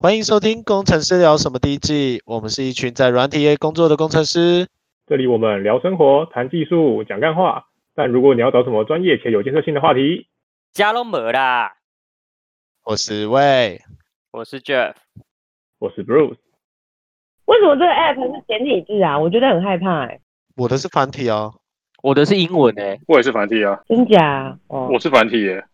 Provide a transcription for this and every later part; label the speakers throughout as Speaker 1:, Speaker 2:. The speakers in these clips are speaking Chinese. Speaker 1: 欢迎收听《工程师聊什么》第一季，我们是一群在软体业工作的工程师。
Speaker 2: 这里我们聊生活、谈技术、讲干话。但如果你要找什么专业且有建设性的话题，
Speaker 3: 家都没啦。
Speaker 1: 我是魏，
Speaker 3: 我是 Jeff，
Speaker 2: 我是 Bruce。
Speaker 4: 为什么这个 app 是简体字啊？我觉得很害怕哎、
Speaker 1: 我的是繁体哦。
Speaker 3: 我的是英文欸诶、
Speaker 5: 我也是繁体啊，
Speaker 4: 真假？哦，
Speaker 5: 我是繁体耶。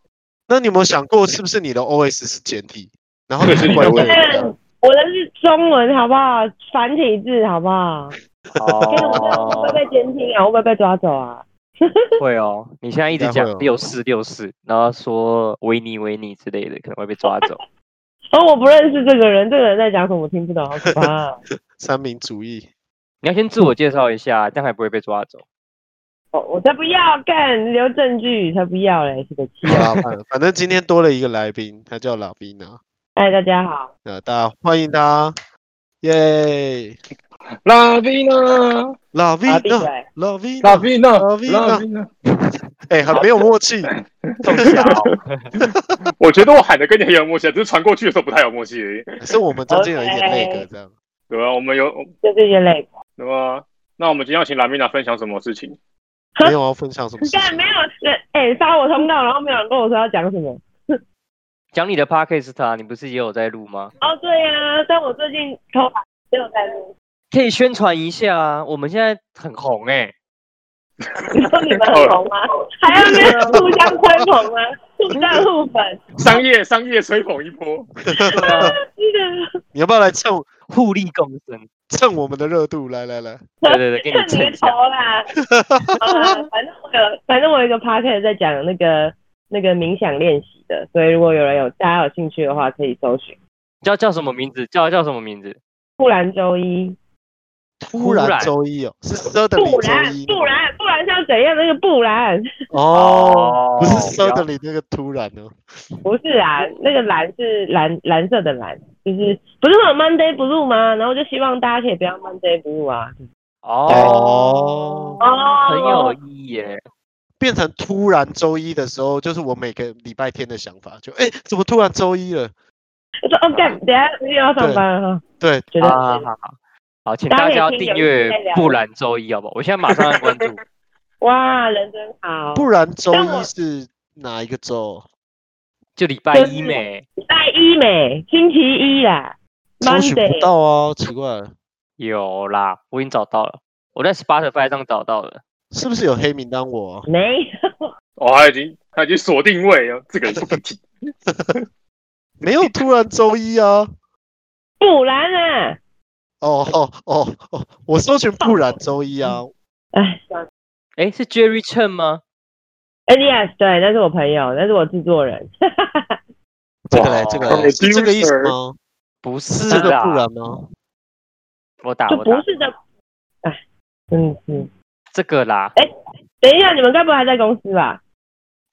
Speaker 1: 那你有没有想过，是不是你的 OS 是简体，然后你
Speaker 5: 对是你
Speaker 1: 怪
Speaker 5: 的我
Speaker 1: 魏
Speaker 5: 也
Speaker 1: 的
Speaker 5: 是
Speaker 4: 但我的是中文好不好？繁体字好不好？天哪，我这样会不
Speaker 3: 哦
Speaker 4: 会被监听啊？会不会被抓走啊？
Speaker 3: 会哦。你现在一直
Speaker 1: 应该会哦
Speaker 3: 讲六四六四，然后说维尼维尼之类的，可能会被抓走。
Speaker 4: 哦，我不认识这个人，这个人在讲什么我听不懂，好可怕 啊、
Speaker 1: 三民主义？
Speaker 3: 你要先自我介绍一下，这样还不会被抓走。
Speaker 4: 我哦我才不要干，留证据才不要嘞，是个气。
Speaker 1: 好
Speaker 4: 啊
Speaker 1: 啦反反正今天多了一个来宾，他叫老宾啊。
Speaker 4: 嗨，哎大家好，
Speaker 1: 那大家欢迎他，耶！
Speaker 5: 拉比呢？
Speaker 1: 老宾
Speaker 4: 啊，闭
Speaker 1: 啊，
Speaker 4: 嘴，
Speaker 1: 老宾
Speaker 5: 拉比呢？
Speaker 1: 拉比呢
Speaker 5: 拉比呢？
Speaker 1: 哎，很没有默契。
Speaker 3: 中小，
Speaker 5: 我觉得我喊的跟你很有默契，只是传过去的时候不太有默契而已，
Speaker 1: 可是我们中间有一点那
Speaker 4: OK
Speaker 1: 个这样。
Speaker 5: 对啊吧、我们有，
Speaker 4: 就是一些累。
Speaker 5: 对吧、那我们今天要请拉米娜分享什么事情？
Speaker 1: 没有要分享什么
Speaker 4: 你
Speaker 1: 事情？
Speaker 4: 干没有人哎发我通告，然后没有人跟我说要讲什么。
Speaker 3: 讲你的 podcast 啊，你不是也有在录吗？
Speaker 4: 哦，对呀、但我最近偷懒，没有在录。
Speaker 3: 可以宣传一下啊，我们现在很红欸诶、
Speaker 4: 你说你们很红吗？ 还要 没有互相吹捧吗？互相互 粉，
Speaker 5: 商业商业吹捧一波，
Speaker 4: 是
Speaker 1: 你要不要来蹭
Speaker 3: 互利共生。
Speaker 1: 蹭我们的热度？来来来，
Speaker 3: 对对对，给
Speaker 4: 的，
Speaker 3: 你
Speaker 4: 看
Speaker 3: 蹭
Speaker 4: 你
Speaker 3: 一
Speaker 4: 的
Speaker 3: 下
Speaker 4: 头。啦。好啦，反正我有，反正我有一个 p o c a s t 在讲那个那个冥想练习的，所以如果有人有大家有兴趣的话，可以搜寻
Speaker 3: 叫叫什么名字？叫叫什么名字？
Speaker 4: 布兰周一。
Speaker 1: 突
Speaker 3: 然
Speaker 1: 然周一哦，是 suddenly
Speaker 4: 布
Speaker 1: 周
Speaker 4: 兰
Speaker 1: 一，
Speaker 4: 布兰，布兰是要怎样？那个布兰
Speaker 1: 哦，
Speaker 3: 哦
Speaker 1: 不是
Speaker 3: 不要
Speaker 1: suddenly 那个突然哦，
Speaker 4: 不是啊，那个蓝是蓝蓝色的蓝，就是不是会有 Monday Blue 吗？然后就希望大家可以不要 Monday Blue 啊。
Speaker 3: 哦，
Speaker 4: 哦
Speaker 3: 很有意义耶。
Speaker 1: 变成突然周一的时候，就是我每个礼拜天的想法，就哎、诶怎么突然周一了？
Speaker 4: 我说哦，干，等一下又要上班了哈，
Speaker 1: 对，
Speaker 4: 觉得
Speaker 3: 啊，好好好，请
Speaker 4: 大家
Speaker 3: 大
Speaker 4: 可以
Speaker 3: 家要
Speaker 4: 听
Speaker 3: 订
Speaker 4: 有意
Speaker 3: 阅
Speaker 4: 见聊
Speaker 3: 布兰周一，好不好？我现在马上按关 注。
Speaker 4: 哇，人真好。
Speaker 1: 不然周
Speaker 4: 但我
Speaker 1: 一是哪一个周？
Speaker 3: 就礼拜
Speaker 4: 就是
Speaker 3: 一没
Speaker 4: 礼拜一没，星期一啦
Speaker 1: 搜寻不
Speaker 4: ，Monday。
Speaker 1: 到啊，奇怪了，
Speaker 3: 有啦，我已经找到了，我在 Spotify 上找到了。
Speaker 1: 是不是有黑名单我啊、
Speaker 4: 没 有，
Speaker 5: 哦，他已经他已经锁定位了，这个人不 可提。
Speaker 1: 没有突然周一啊？
Speaker 4: 不然啊，
Speaker 1: 哦哦哦哦，我搜寻不然周一啊，
Speaker 4: 哎算了
Speaker 3: 诶，是 Jerry Chen 吗？
Speaker 4: 哎，yes，对，那是我朋友，那是我制作人。
Speaker 1: 这个嘞，这个嘞，
Speaker 5: 哇
Speaker 1: 是这个意思吗？
Speaker 3: 不是
Speaker 1: 这个不
Speaker 3: 啦，
Speaker 1: 然吗？
Speaker 3: 我打
Speaker 4: 就
Speaker 3: 我
Speaker 4: 不
Speaker 3: 打
Speaker 4: 是的，哎，真的是。
Speaker 3: 这个啦。
Speaker 4: 等一下，你们该不会还在公司吧？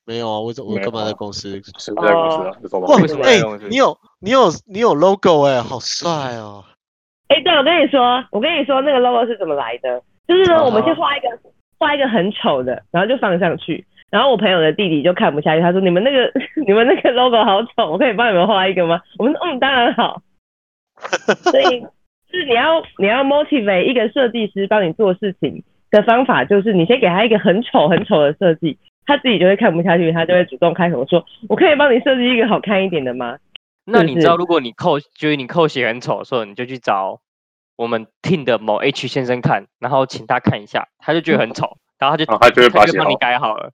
Speaker 1: 没有啊，我我
Speaker 5: 没有
Speaker 1: 干嘛在公司
Speaker 5: 是不是在公司啊？是什么
Speaker 1: 哇
Speaker 3: 为什么，要
Speaker 1: 哎、
Speaker 3: 用这个
Speaker 1: 你有你有你有 logo 哎、好帅哦！
Speaker 4: 哎，对，我跟你说，我跟你说那个 logo 是怎么来的，就是呢，
Speaker 3: 哦
Speaker 4: 我们先画一个画一个很丑的，然后就放上去。然后我朋友的弟弟就看不下去，他说：“你们那个 你们那个 logo 好丑，我可以帮你们画一个吗？”我们说：“嗯，当然好。”所以是你要你要 motivate 一个设计师帮你做事情的方法，就是你先给他一个很丑很丑的设计，他自己就会看不下去，他就会主动开口说：“我可以帮你设计一个好看一点的吗
Speaker 3: 那
Speaker 4: 是
Speaker 3: 你知道，
Speaker 4: 是
Speaker 3: 如果你扣觉得你扣血很丑的时候，你就去找我们 team 的某 H 先生看，然后请他看一下，他就觉得很丑，然后他就
Speaker 5: 啊他就会把它写
Speaker 3: 帮你
Speaker 5: 好
Speaker 3: 改好了。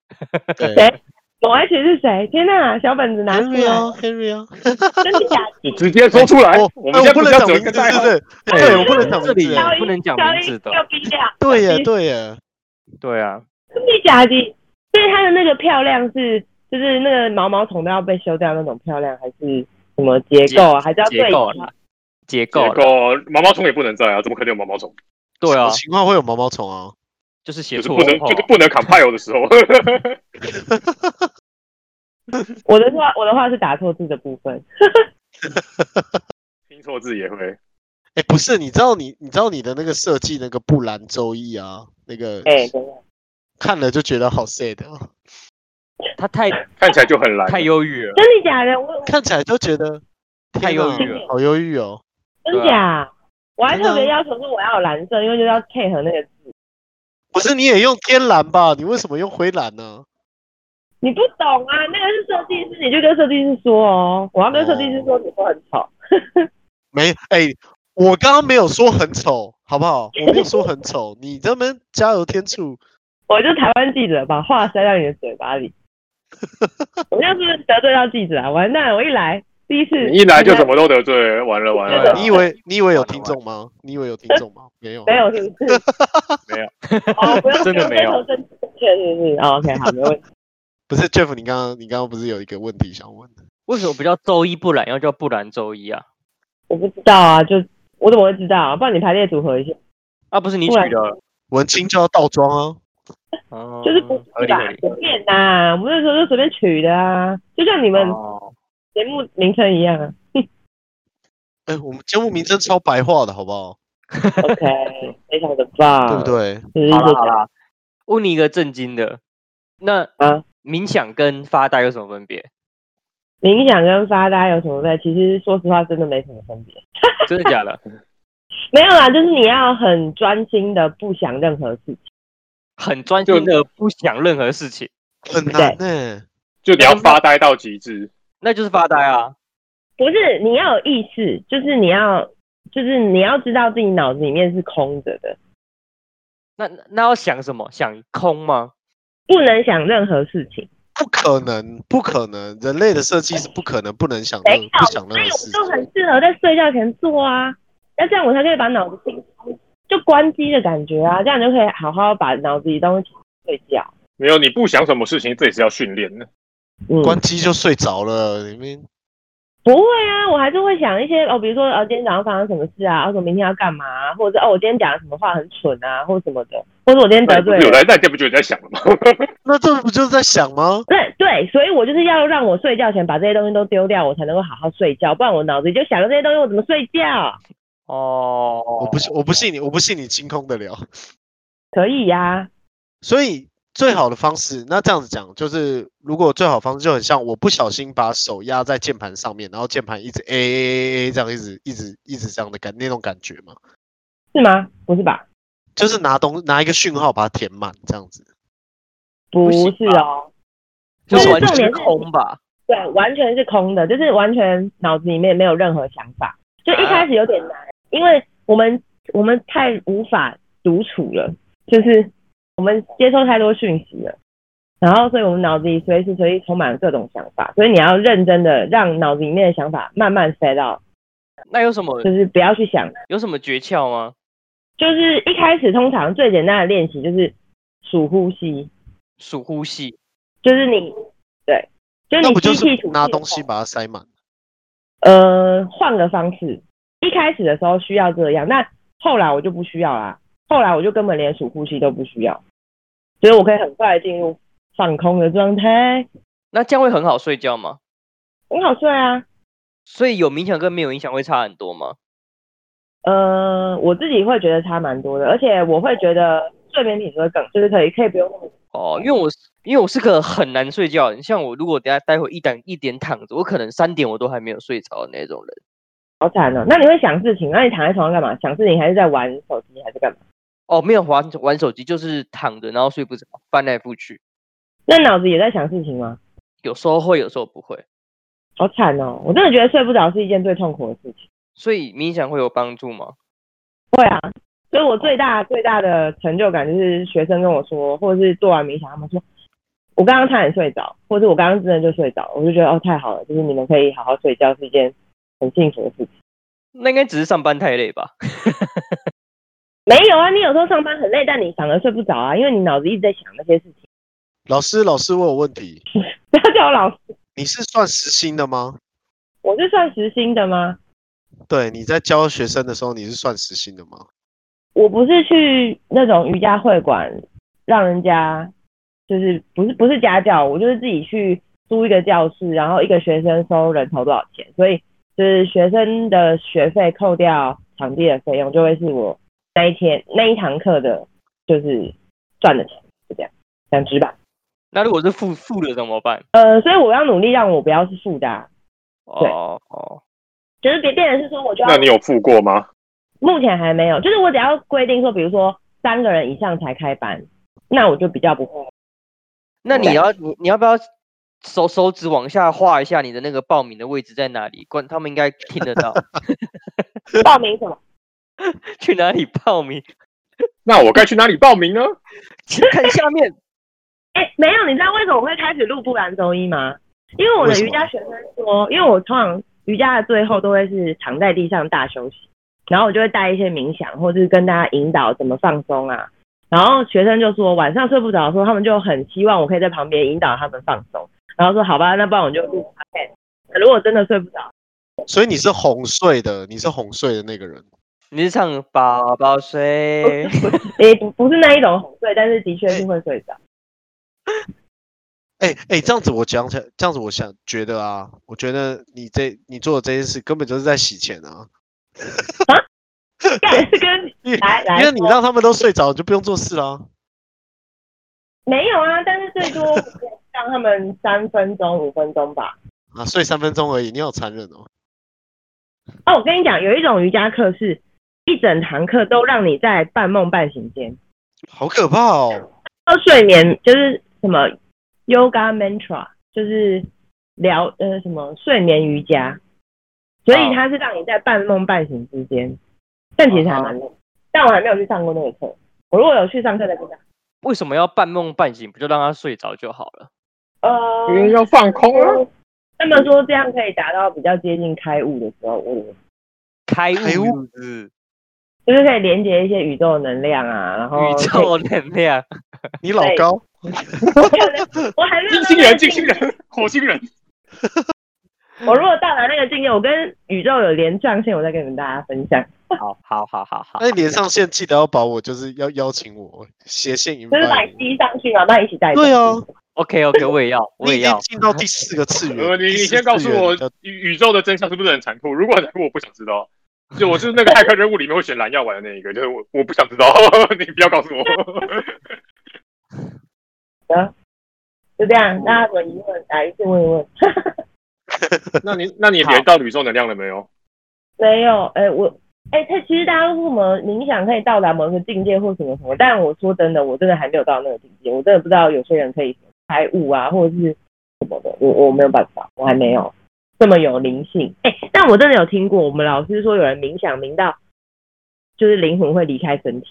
Speaker 1: 对
Speaker 4: 谁某 H 是谁？天呐，小本子拿出
Speaker 1: ，Henry
Speaker 4: 来！
Speaker 1: 啊，Henry 啊，
Speaker 4: 真的假的？
Speaker 5: 你直接说出来，
Speaker 1: 我
Speaker 5: 哦我
Speaker 1: 哎
Speaker 5: 们现在
Speaker 1: 不
Speaker 5: 不
Speaker 1: 能
Speaker 5: 是要
Speaker 1: 讲
Speaker 5: 整
Speaker 1: 名
Speaker 5: 个
Speaker 1: 字，
Speaker 5: 代
Speaker 1: 对
Speaker 5: 号
Speaker 1: 不？对？
Speaker 3: 哎
Speaker 1: 对，我不能讲
Speaker 3: 这
Speaker 1: 名
Speaker 3: 里
Speaker 1: 字
Speaker 3: 也
Speaker 1: 哎，
Speaker 3: 不能讲
Speaker 4: 小
Speaker 3: 名字的
Speaker 4: 英。要逼掉，
Speaker 1: 对耶，
Speaker 4: 对
Speaker 1: 对耶，
Speaker 3: 对啊，
Speaker 4: 真的假的？所以它的那个漂亮是，就是那个毛毛虫都要被修掉那种漂亮，还是什么结构啊？还是要对
Speaker 3: 结构
Speaker 4: 齐
Speaker 3: 啦？，结构
Speaker 5: 结
Speaker 3: 啦，
Speaker 5: 果毛毛虫也不能在啊，怎么可能有毛毛虫？
Speaker 3: 对
Speaker 1: 什
Speaker 3: 啊
Speaker 1: 么，情况会有毛毛虫啊？
Speaker 3: 就是写
Speaker 5: 就是
Speaker 3: 错哦
Speaker 5: 不能
Speaker 3: 了
Speaker 5: 就是不能 compile 的时候。
Speaker 4: 我的话，我的话是打错字的部分。
Speaker 5: 拼错字也会，
Speaker 1: 哎，不是，你知道你你知道你的那个设计那个布兰周易啊，那个
Speaker 4: 哎、等一下
Speaker 1: 看了就觉得好 sad，啊
Speaker 3: 他太
Speaker 4: 啊
Speaker 5: 看起来就很难。
Speaker 3: 太忧郁了。
Speaker 4: 真的假的？我
Speaker 1: 看起来都觉得
Speaker 3: 太忧郁
Speaker 1: 天哪
Speaker 3: 了。
Speaker 1: 好忧郁哦。
Speaker 4: 真
Speaker 3: 对
Speaker 4: 假？我还
Speaker 1: 真的
Speaker 4: 特
Speaker 1: 啊
Speaker 4: 别要求说我要有蓝色，因为就是要配合那个字。
Speaker 1: 不是，你也用天蓝吧？你为什么用灰蓝呢？
Speaker 4: 你不懂啊，那个是设计师，你就跟设计师说哦。我要跟设计师说，你说很丑。
Speaker 1: 没，哎、我刚刚没有说很丑，好不好？我没有说很丑，你这边加油添 醋，
Speaker 4: 我就是台湾记者，把话塞到你的嘴巴里。我这样是不是得罪到记者啊？完蛋了，我一来第一次
Speaker 5: 你一来就什么都得罪，完了完
Speaker 3: 对
Speaker 5: 了
Speaker 3: 啊，
Speaker 1: 你以为你以为有听众吗？你以为有 听众吗？没有，
Speaker 4: 没有是不是？
Speaker 5: 没有。
Speaker 4: 哦，不用
Speaker 3: 真的没有
Speaker 4: 不用追求正确是不是、哦、？OK，好，没问题。
Speaker 1: 不是 Jeff，你刚刚你刚刚不是有一个问题想问的？
Speaker 3: 为什么不叫周一不然，要叫不然周一啊？
Speaker 4: 我不知道啊，就我怎么会知道啊？不然你排列组合一下，
Speaker 3: 啊，不是你
Speaker 4: 不
Speaker 3: 取
Speaker 4: 然
Speaker 3: 的，
Speaker 1: 文青就要倒装啊，
Speaker 3: 哦
Speaker 4: 就是不
Speaker 3: 合
Speaker 4: 是
Speaker 3: 理
Speaker 4: 吧
Speaker 3: 合？理。
Speaker 4: 随便呐、我们那时候就随便取的啊，就像你们
Speaker 3: 哦，
Speaker 4: 节目名称一样啊。
Speaker 1: 哎、我们节目名称超白话的，好不好？
Speaker 4: OK，非常的
Speaker 1: 对不？
Speaker 4: 棒，
Speaker 1: 对？
Speaker 4: 就是一
Speaker 3: 好
Speaker 4: 些
Speaker 3: 啦好啦，问你一个震惊的，那
Speaker 4: 啊
Speaker 3: 冥想跟发呆有什么分别？
Speaker 4: 冥想跟发呆有什么分别？其实说实话，真的没什么分别。
Speaker 3: 真的假的？
Speaker 4: 没有啦，就是你要很专心的不想任何事情。
Speaker 3: 很专心的不想任何事情，
Speaker 1: 很难呢、
Speaker 5: 就你要发呆到极致。
Speaker 3: 那就是发呆啊。
Speaker 4: 不是，你要有意识，就是你要，就是你要知道自己脑子里面是空着的，
Speaker 3: 那那要想什么？想空吗？
Speaker 4: 不能想任何事情。
Speaker 1: 不可能，不可能，人类的设计是不可能不能想
Speaker 4: 没
Speaker 1: 任
Speaker 4: 有
Speaker 1: 呃不想
Speaker 4: 所
Speaker 1: 任
Speaker 4: 以
Speaker 1: 何事情
Speaker 4: 我就。很适合在睡觉前做啊。那这样我才可以把脑子清空，就关机的感觉啊，这样你就可以好好把脑子里东西睡觉。
Speaker 5: 没有，你不想什么事情，这也是要训练的。
Speaker 4: 嗯，
Speaker 1: 关机就睡着了，你们
Speaker 4: 不会啊，我还是会想一些哦，比如说哦，今天早上发生什么事啊，或者明天要干嘛、啊，或者是哦，我今天讲了什么话很蠢啊，或什么的，或者我今天
Speaker 5: 那
Speaker 4: 得
Speaker 5: 你不
Speaker 4: 罪
Speaker 5: 是有
Speaker 4: 了。
Speaker 5: 在，那你这不就有在想了吗？
Speaker 1: 那这不就是在想吗？
Speaker 4: 对对，所以我就是要让我睡觉前把这些东西都丢掉，我才能够好好睡觉，不然我脑子里就想着这些东西，我怎么睡觉？
Speaker 3: 哦，
Speaker 1: 我不信，我不信你，我不信你清空得了。
Speaker 4: 可以啊呀、
Speaker 1: 所以最好的方式，那这样子讲，就是如果最好的方式就很像我不小心把手压在键盘上面，然后键盘一直 A A A A 这样一直一直一直这样的感那种感觉嘛，
Speaker 4: 是吗？不是吧？
Speaker 1: 就是拿东拿一个讯号把它填满这样子。
Speaker 4: 不
Speaker 3: 行
Speaker 4: 是
Speaker 3: 吧
Speaker 4: 哦，
Speaker 3: 就
Speaker 4: 但是
Speaker 3: 完
Speaker 4: 重点
Speaker 3: 全
Speaker 4: 是
Speaker 3: 空吧？
Speaker 4: 对，完全是空的，就是完全脑子里面没有任何想法，就一开始有点难，因为我们我们太无法独处了，就是我们接受太多讯息了，然后所以我们脑子里随时随地充满各种想法，所以你要认真的让脑子里面的想法慢慢塞到，
Speaker 3: 那有什么
Speaker 4: 就是不要去想，
Speaker 3: 有什么诀窍吗？
Speaker 4: 就是一开始通常最简单的练习就是数呼吸，
Speaker 3: 数呼吸，
Speaker 4: 就是你对，就是
Speaker 1: 那
Speaker 4: 你
Speaker 1: 不就
Speaker 4: 吸
Speaker 1: 是
Speaker 4: 气吐气
Speaker 1: 拿
Speaker 4: 的
Speaker 1: 东
Speaker 4: 时候
Speaker 1: 西把它塞满？
Speaker 4: 呃，换个方式。一开始的时候需要这样，那后来我就不需要啦。后来我就根本连数呼吸都不需要，所以我可以很快进入放空的状态，
Speaker 3: 那这样会很好睡觉吗？
Speaker 4: 很好睡啊。
Speaker 3: 所以有冥想跟没有冥想会差很多吗？
Speaker 4: 呃，我自己会觉得差蛮多的，而且我会觉得睡眠品质会更，就是可以可以不用那么
Speaker 3: 哦，因为我是因为我是个很难睡觉的人，像我如果等下待会一点一点躺着，我可能三点我都还没有睡着的那种人。
Speaker 4: 好惨哦。那你会想事情，那你躺在床上干嘛？想事情还是在玩手机还是干嘛？
Speaker 3: 哦，没有玩玩手机，就是躺着然后睡不着，翻来覆去，
Speaker 4: 那脑子也在想事情吗？
Speaker 3: 有时候会，有时候不会。
Speaker 4: 好惨哦！我真的觉得睡不着是一件最痛苦的事情。
Speaker 3: 所以冥想会有帮助吗？
Speaker 4: 会啊，所以我最大最大的成就感就是学生跟我说，或者是做完冥想，他们说我刚刚差点睡着，或者是我刚刚真的就睡着，我就觉得哦太好了，就是你们可以好好睡觉是一件很幸福的事情。
Speaker 3: 那应该只是上班太累吧？
Speaker 4: 没有啊，你有时候上班很累，但你反而睡不着啊，因为你脑子一直在想那些事情。
Speaker 1: 老师，老师，我有问题，
Speaker 4: 不要叫我老师，
Speaker 1: 你是算时薪的吗？
Speaker 4: 我是算时薪的吗？
Speaker 1: 对，你在教学生的时候，你是算时薪的吗？
Speaker 4: 我不是去那种瑜伽会馆让人家，就是不是不是家教，我就是自己去租一个教室，然后一个学生收人头多少钱，所以就是学生的学费扣掉场地的费用，就会是我那一天那一堂课的，就是赚的钱，就这样，讲直白。
Speaker 3: 那如果是负负的怎么办？
Speaker 4: 呃，所以我要努力让我不要是负的啊、对
Speaker 3: 哦哦，
Speaker 4: 就是别变成是说我就要
Speaker 5: 那你有付过吗？
Speaker 4: 目前还没有，就是我只要规定说，比如说三个人以上才开班，那我就比较不会。
Speaker 3: 那你
Speaker 4: 对
Speaker 3: 要你你要不要手手指往下画一下你的那个报名的位置在哪里？关他们应该听得到
Speaker 4: 报名什么？
Speaker 3: 去哪里报名，
Speaker 5: 那我该去哪里报名呢？
Speaker 3: 去看下面。
Speaker 4: 哎、没有，你知道为什么我会开始录不然中医吗？因为我
Speaker 1: 为
Speaker 4: 的
Speaker 1: 什么
Speaker 4: 瑜伽学生说，因为我通常瑜伽的最后都会是躺在地上大休息，然后我就会带一些冥想，或是跟大家引导怎么放松啊。然后学生就说晚上睡不着的时候，他们就很希望我可以在旁边引导他们放松。然后说好吧，那不然我就录 podcast。如果真的睡不着，
Speaker 1: 所以你是哄睡的，你是哄睡的那个人。
Speaker 3: 你是唱宝宝睡，
Speaker 4: 也不不是那一种哄睡，但是的确是会睡着。
Speaker 1: 哎、哎、这样子我讲起来，这样子我想觉得啊，我觉得你这你做的这件事根本就是在洗钱啊，
Speaker 4: 干是 跟
Speaker 1: 哎因为
Speaker 4: 来来
Speaker 1: 因为你
Speaker 4: 说
Speaker 1: 让他们都睡着，你就不用做事啦。
Speaker 4: 没有啊，但是最多让他们三分钟、五分钟吧。
Speaker 1: 啊，睡三分钟而已，你好残忍哦。
Speaker 4: 哦，我跟你讲，有一种瑜伽课是一整堂课都让你在半梦半醒间，
Speaker 1: 好可怕哦！
Speaker 4: 到睡眠就是什么 yoga mantra，就是疗呃什么睡眠瑜伽，所
Speaker 5: 哦
Speaker 4: 以它是让你在半梦半醒之间，但其实还蛮
Speaker 5: 哦
Speaker 4: 累。但我还没有去上过那个课，我如果有去上课再跟大家。
Speaker 3: 为什么要半梦半醒？不就让他睡着就好了？
Speaker 4: 呃，
Speaker 5: 因为要放空啊。
Speaker 4: 他们说这样可以达到比较接近开悟的时候，我
Speaker 3: 开
Speaker 1: 开
Speaker 3: 悟
Speaker 1: 悟
Speaker 3: 是不是
Speaker 4: 就是可以连接一些宇宙能量啊，然后
Speaker 3: 宇 宙能量，
Speaker 1: 你老
Speaker 4: 对
Speaker 1: 高，
Speaker 4: 可以我还没有
Speaker 5: 金星
Speaker 4: 到那
Speaker 5: 人，
Speaker 4: 个
Speaker 5: 金
Speaker 4: 境
Speaker 5: 星
Speaker 4: 界。
Speaker 5: 人，火星人，
Speaker 4: 我如果到达那个境界，我跟宇宙有连上线，我再跟你们大家分享。
Speaker 3: 好好好好好，
Speaker 1: 那你连上线记得要把我，就是要邀请我斜线迎
Speaker 4: 就是把
Speaker 1: 拜
Speaker 4: 你。吸上去嘛，那一起带走。
Speaker 1: 嗯对啊，
Speaker 3: OK OK，我也要，我
Speaker 1: 你
Speaker 3: 也
Speaker 1: 已经
Speaker 3: 要。
Speaker 1: 进到第四个次
Speaker 3: 嗯
Speaker 1: 元。
Speaker 5: 呃，你
Speaker 1: 第
Speaker 5: 你
Speaker 1: 四
Speaker 5: 先告
Speaker 1: 次
Speaker 5: 诉
Speaker 1: 元
Speaker 5: 我
Speaker 1: 比较
Speaker 5: 宇宇宙的真相是不是很残酷？如果很残酷，我不想知道。就我是那个骇客任务里面会选蓝药丸的那一个，就是我我不想知道， 你不要告诉我。
Speaker 4: 就这样。大家有疑问，来一次问一问。
Speaker 5: 那你那你连到宇宙能量了没有？
Speaker 4: 没有，哎、我，哎、他其实大家都说什么冥想可以到达某一个境界或什么什么，但我说真的，我真的还没有到那个境界，我真的不知道有些人可以开悟啊，或者是什么的，我我没有办法，我还没有这么有灵性。哎、但我真的有听过，我们老师说有人冥想冥到，就是灵魂会离开身体，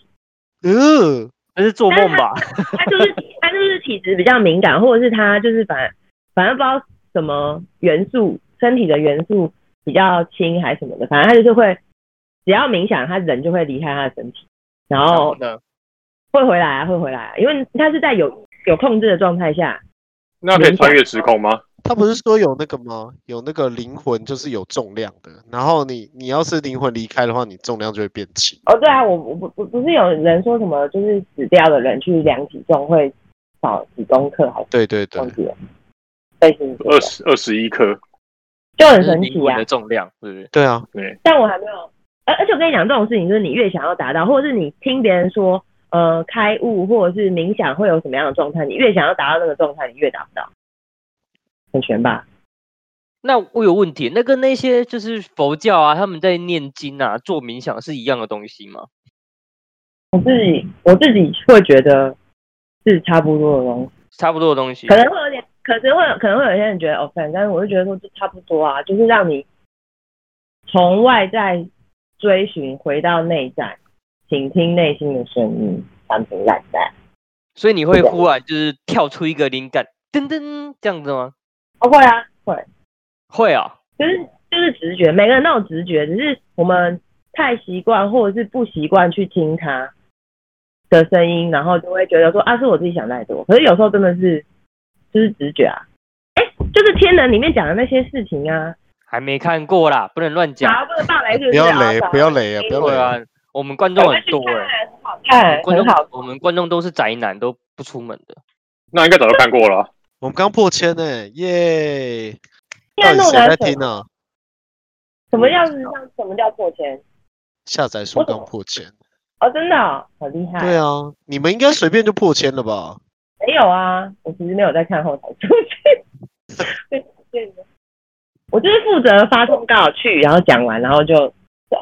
Speaker 1: 呃，
Speaker 3: 那是做梦 吧？
Speaker 4: 他就是他就是体质比较敏感，或者是他就是反反正不知道什么元素，身体的元素比较轻还是什么的，反正他就是会只要冥想，他人就会离开他的身体，然
Speaker 3: 然后
Speaker 4: 后
Speaker 3: 呢？
Speaker 4: 会回来、啊，会回来、啊，因为他是在有有控制的状态下，
Speaker 5: 那可以穿越时空吗？
Speaker 1: 他不是说有那个吗？有那个灵魂就是有重量的，然后你你要是灵魂离开的话，你重量就会变轻。
Speaker 4: 哦，对啊，我我不不不是有人说什么，就是死掉的人去量体重会少几公克，还是
Speaker 1: 对对对
Speaker 4: 忘，记了，类似这
Speaker 5: 二
Speaker 4: 个
Speaker 5: 十二十一颗，
Speaker 4: 就
Speaker 3: 这
Speaker 4: 很
Speaker 3: 是
Speaker 4: 神
Speaker 3: 灵
Speaker 4: 奇
Speaker 3: 魂
Speaker 4: 啊
Speaker 3: 的。重量是不是？
Speaker 1: 对啊，
Speaker 4: 但我还没有。而而且我跟你讲，这种事情就是你越想要达到，或者是你听别人说，呃，开悟或者是冥想会有什么样的状态，你越想要达到那个状态，你越达不到，很悬吧？
Speaker 3: 那我有问题，那跟那些就是佛教啊，他们在念经啊、做冥想是一样的东西吗？
Speaker 4: 我自己我自己会觉得是差不多的东西，
Speaker 3: 差不多的东西
Speaker 4: 可。能会有点，可是会有可能会有些人觉得 OK，但是我就觉得说就差不多啊，就是让你从外在追寻回到内在，倾听内心的声音，something like that。
Speaker 3: 所以你会
Speaker 4: 对吧
Speaker 3: 忽然就是跳出一个灵感，噔噔这样子吗？
Speaker 4: 哦，会啊，会。
Speaker 3: 会啊，
Speaker 4: 就是就是直觉，每个人都有直觉，只是我们太习惯或者是不习惯去听他的声音，然后就会觉得说啊，是我自己想太多。可是有时候真的是就是直觉啊，哎、就是天能里面讲的那些事情啊，
Speaker 3: 还没看过啦，不能乱讲。
Speaker 4: 假如不能爆雷是
Speaker 1: 不
Speaker 4: 是
Speaker 1: 要
Speaker 4: 啊
Speaker 1: 雷，不要雷啊，不要
Speaker 3: 对
Speaker 1: 雷啊！
Speaker 3: 啊，我们观众很多
Speaker 4: 我会去
Speaker 3: 哎、
Speaker 4: 很好看，
Speaker 3: 观
Speaker 4: 很
Speaker 3: 众
Speaker 4: 好，
Speaker 3: 我们观众都是宅男，都不出门 的。
Speaker 5: 那应该早就看过了。啊
Speaker 1: 我们刚破千呢，耶！到
Speaker 4: 现
Speaker 1: 底
Speaker 4: 在弄
Speaker 1: 谁在
Speaker 4: 得很
Speaker 1: 听啊？
Speaker 4: 什么样子像什么叫破千？
Speaker 1: 下载数
Speaker 4: 我怎
Speaker 1: 刚
Speaker 4: 么
Speaker 1: 破千。
Speaker 4: 哦，真的哦、好厉害！
Speaker 1: 对啊，你们应该随便就破千了吧？
Speaker 4: 没有啊，我其实没有在看后台数据。对，对的。我就是负责发通告去，然后讲完，然后就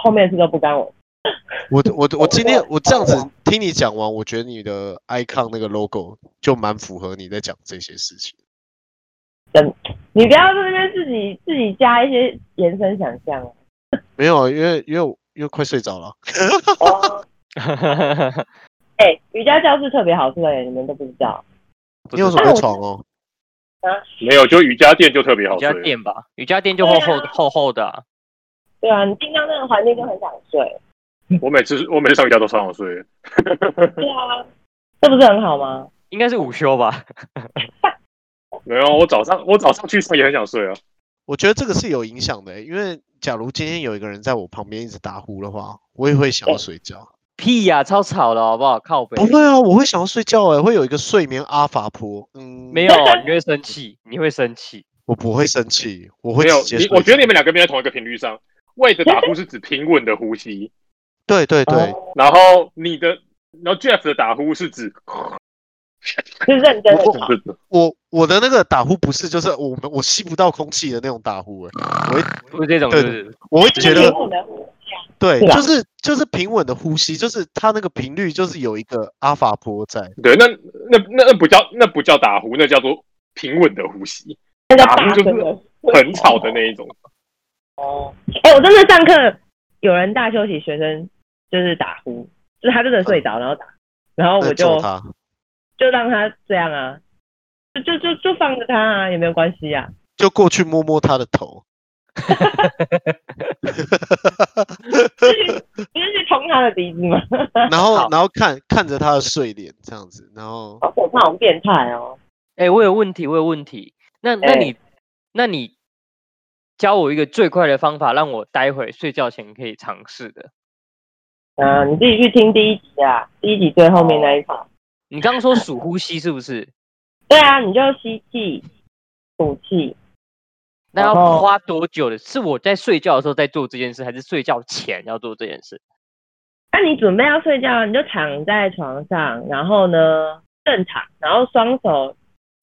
Speaker 4: 后面的事都不干我。
Speaker 1: 我我我今天我这样子听你讲完，我觉得你的 icon 那个 logo 就蛮符合你在讲这些事情。
Speaker 4: 你不要在那边自己自己加一些延伸想象啊。
Speaker 1: 没有，啊，因为因为我因为快睡着了。
Speaker 4: 哦，哎、瑜伽教室特别好睡，你们都不知道。
Speaker 1: 你有什么床哦？
Speaker 5: 没有，就瑜伽垫就特别好
Speaker 3: 瑜伽
Speaker 5: 睡。
Speaker 3: 垫吧，瑜伽垫就厚厚
Speaker 4: 对啊
Speaker 3: 厚厚的啊、
Speaker 4: 对啊，你进到那个环境就很想睡。
Speaker 5: 我每次我每次上瑜伽都超想睡。
Speaker 4: 对啊，这不是很好吗？
Speaker 3: 应该是午休吧？
Speaker 5: 没有，我早上我早上去上也很想睡啊。
Speaker 1: 我觉得这个是有影响的、欸因为假如今天有一个人在我旁边一直打呼的话，我也会想要睡觉。
Speaker 3: 屁呀、超吵的好不好？靠北
Speaker 1: 不会啊，我会想要睡觉哎、会有一个睡眠阿法波。嗯，
Speaker 3: 没有，啊你会生气，你会生气。
Speaker 1: 我不会生气，我会
Speaker 5: 没有，
Speaker 1: 直接
Speaker 5: 你
Speaker 1: 睡
Speaker 5: 我觉得
Speaker 1: 着
Speaker 5: 你们两个没在同一个频率上。胃的打呼是指平稳的呼吸，
Speaker 1: 对对对，
Speaker 5: 然后你的，然后 Jeff 的打呼是指，
Speaker 4: 是认真
Speaker 5: 哦
Speaker 4: 的
Speaker 1: 我
Speaker 4: 吵。
Speaker 1: 我我的那个打呼不是就是我们我吸不到空气的那种打呼哎、我会
Speaker 3: 就是这种，就
Speaker 1: 对
Speaker 3: 是
Speaker 1: 我会
Speaker 4: 就
Speaker 1: 觉
Speaker 4: 是灵
Speaker 5: 哦
Speaker 1: 得
Speaker 4: 魂的
Speaker 1: 对，
Speaker 4: 是啊
Speaker 1: 就是就是平稳的呼吸，就是它那个频率就是有一个阿法波在。
Speaker 5: 对，那那那那不叫那不叫打呼，那叫做平稳的呼吸，
Speaker 4: 那叫
Speaker 5: 打呼
Speaker 4: 大
Speaker 5: 就是
Speaker 4: 声的。
Speaker 5: 很吵的那一种。
Speaker 4: 哦，哎、我真的上课有人大休息，学生就是打呼，就是他真的睡着，然后打，然后
Speaker 1: 那
Speaker 4: 我
Speaker 1: 救
Speaker 4: 就
Speaker 1: 他，
Speaker 4: 就让他这样啊，就就就就放着他啊，也没有关系啊。
Speaker 1: 就过去摸摸他的 头。
Speaker 4: 你是去捅他的鼻子吗？
Speaker 1: 然后
Speaker 3: 好
Speaker 1: 然后看看着他的睡脸这样子，然后
Speaker 5: 哦
Speaker 4: 好可怕，好变态哦！
Speaker 3: 哎、我有问题，我有问题。那那
Speaker 4: 哎
Speaker 3: 你、那你教我一个最快的方法，让我待会睡觉前可以尝试的。
Speaker 4: 嗯、你自己去听第一集啊，第一集最后面那一场。
Speaker 3: 你刚刚说数呼吸是不是？
Speaker 4: 对啊，你就吸气、吐气，
Speaker 3: 那要
Speaker 4: 哦
Speaker 3: 花多久的？是我在睡觉的时候在做这件事，还是睡觉前要做这件事？
Speaker 4: 那你准备要睡觉，你就躺在床上，然后呢正躺，然后双手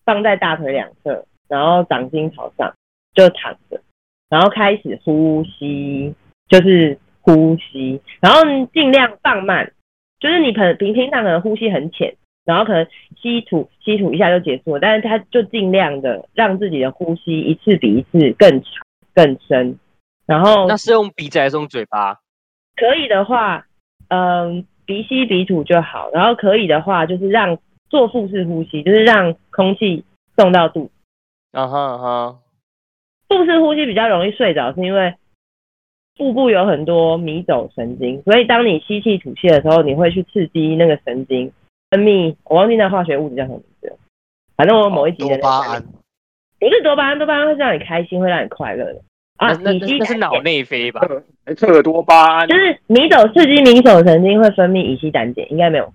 Speaker 4: 放在大腿两侧，然后掌心朝上，就躺着，然后开始呼吸，就是呼吸，然后你尽量放慢，就是你可能平平常可能呼吸很浅，然后可能吸吐吸吐一下就结束了，但是他就尽量的让自己的呼吸一次比一次更长更深，然后
Speaker 3: 那是用鼻子还是用嘴巴？啊
Speaker 4: 可以的话，嗯，鼻吸鼻吐就好。然后可以的话，就是让做腹式呼吸，就是让空气送到肚子。
Speaker 3: 啊哈啊哈，
Speaker 4: 腹式呼吸比较容易睡着，是因为腹部有很多迷走神经，所以当你吸气吐气的时候，你会去刺激那个神经分泌。我忘记那化学物质叫什么名字了，反正我某一集
Speaker 1: 多
Speaker 3: 哦
Speaker 4: 的那个
Speaker 1: 巴胺，
Speaker 4: 不是多巴胺，多巴胺会让你开心，会让你快乐的啊。
Speaker 3: 那那
Speaker 4: 你
Speaker 3: 那
Speaker 4: 吸
Speaker 3: 那是脑内啡吧？
Speaker 5: 特哎多巴胺啊
Speaker 4: 就，是迷走刺激迷走神经会分泌乙烯胆碱，应该没有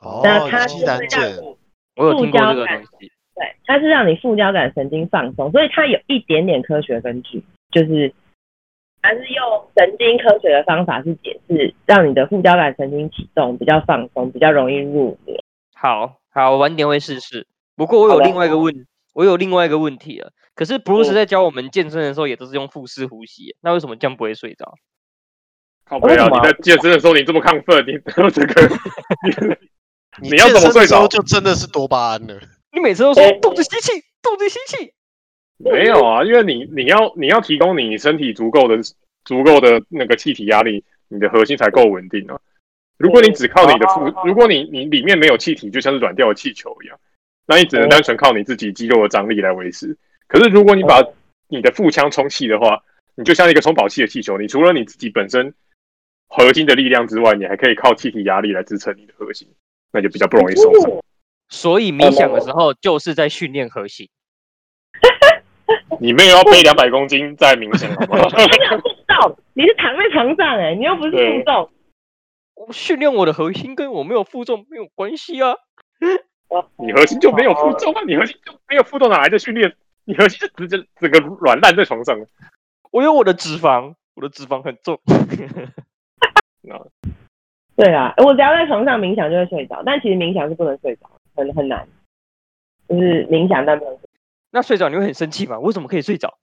Speaker 1: 哦
Speaker 4: 那它，
Speaker 1: 肌
Speaker 4: 是
Speaker 1: 胆
Speaker 4: 让
Speaker 1: 碱，
Speaker 4: 你
Speaker 3: 我有听过
Speaker 4: 塑胶
Speaker 3: 这个
Speaker 4: 感
Speaker 3: 东西。
Speaker 4: 对，它是让你副交感神经放松，所以它有一点点科学根据，就是还是用神经科学的方法去解释，让你的副交感神经启动比较放松，比较容易入眠。
Speaker 3: 好好，我晚点会试试。不过我有
Speaker 4: 好的
Speaker 3: 另外一个问，我有另外一个问题了。可是 Bruce
Speaker 4: 嗯
Speaker 3: 在教我们健身的时候，也都是用腹式呼吸，那为什么这样不会睡着？
Speaker 5: 靠背
Speaker 4: 为
Speaker 5: 啊！
Speaker 4: 什么
Speaker 5: 你在健身的时候你这么亢奋，你 到这个，
Speaker 1: 你
Speaker 5: 你你要
Speaker 1: 健
Speaker 5: 怎么
Speaker 1: 身的
Speaker 5: 睡
Speaker 1: 时候
Speaker 5: 着
Speaker 1: 就真的是多巴胺了。
Speaker 3: 你每次都说
Speaker 4: 对
Speaker 3: 动着吸气，动着吸气。
Speaker 5: 没有啊，因为你你要你要提供你身体足够的足够的那个气体压力，你的核心才够稳定啊。如果你只靠你的腹
Speaker 4: 哦哦，
Speaker 5: 如果你你里面没有气体，就像是软掉的气球一样，那你只能单纯靠你自己肌肉的张力来维持。可是如果你把
Speaker 4: 哦
Speaker 5: 你的腹腔充气的话，你就像一个充饱气的气球，你除了你自己本身核心的力量之外，你还可以靠气体压力来支撑你的核心，那就比较不容易受伤。
Speaker 3: 所以冥想的时候就是在训练核心。
Speaker 5: 你没有要背两百公斤在冥 想好吗？
Speaker 4: 你有互动，你是躺在床上哎、你又不是
Speaker 5: 对
Speaker 4: 互动。
Speaker 3: 我训练我的核心跟我没有负重没有关系啊。
Speaker 5: 你核心就没有负重啊，你核心就没有负重，哪来的训练？你核心就直接整个软烂在床上。
Speaker 3: 我有我的脂肪，我的脂肪很 重。
Speaker 4: 对啦，我只要在床上冥想就会睡着，但其实冥想是不能睡着，很很难，就是冥想但不能睡着。
Speaker 3: 那睡着你会很生气吗？为什么可以睡着？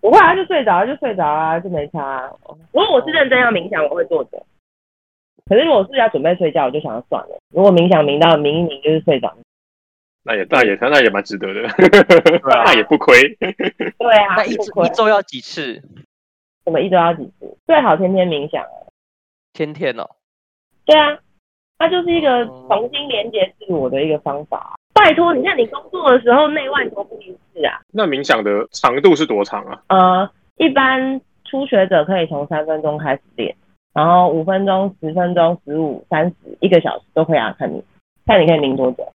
Speaker 4: 不会啊，就睡着啊就睡着啊，就没差啊。如果我是认真要冥想，我会坐着。可是如果是要准备睡觉，我就想要算了。如果冥想冥到冥一冥就是睡着，
Speaker 5: 那也那也那也蛮值得的，
Speaker 3: 啊
Speaker 5: 那也不亏。
Speaker 4: 对啊，
Speaker 3: 那一
Speaker 4: 不
Speaker 3: 周
Speaker 4: 亏
Speaker 3: 一周要几次？
Speaker 4: 什么一周要几次？最好天天冥想啊。
Speaker 3: 天天哦，
Speaker 4: 对啊，它就是一个
Speaker 3: 哦
Speaker 4: 重新连接自我的一个方法啊。拜托，你看你工作的时候内外都不一致啊。
Speaker 5: 那冥想的长度是多长啊？
Speaker 4: 呃，嗯一般初学者可以从三分钟开始练，然后五分钟、十分钟、十五、三十、一个小时都可以啊，看你看你可以冥多久。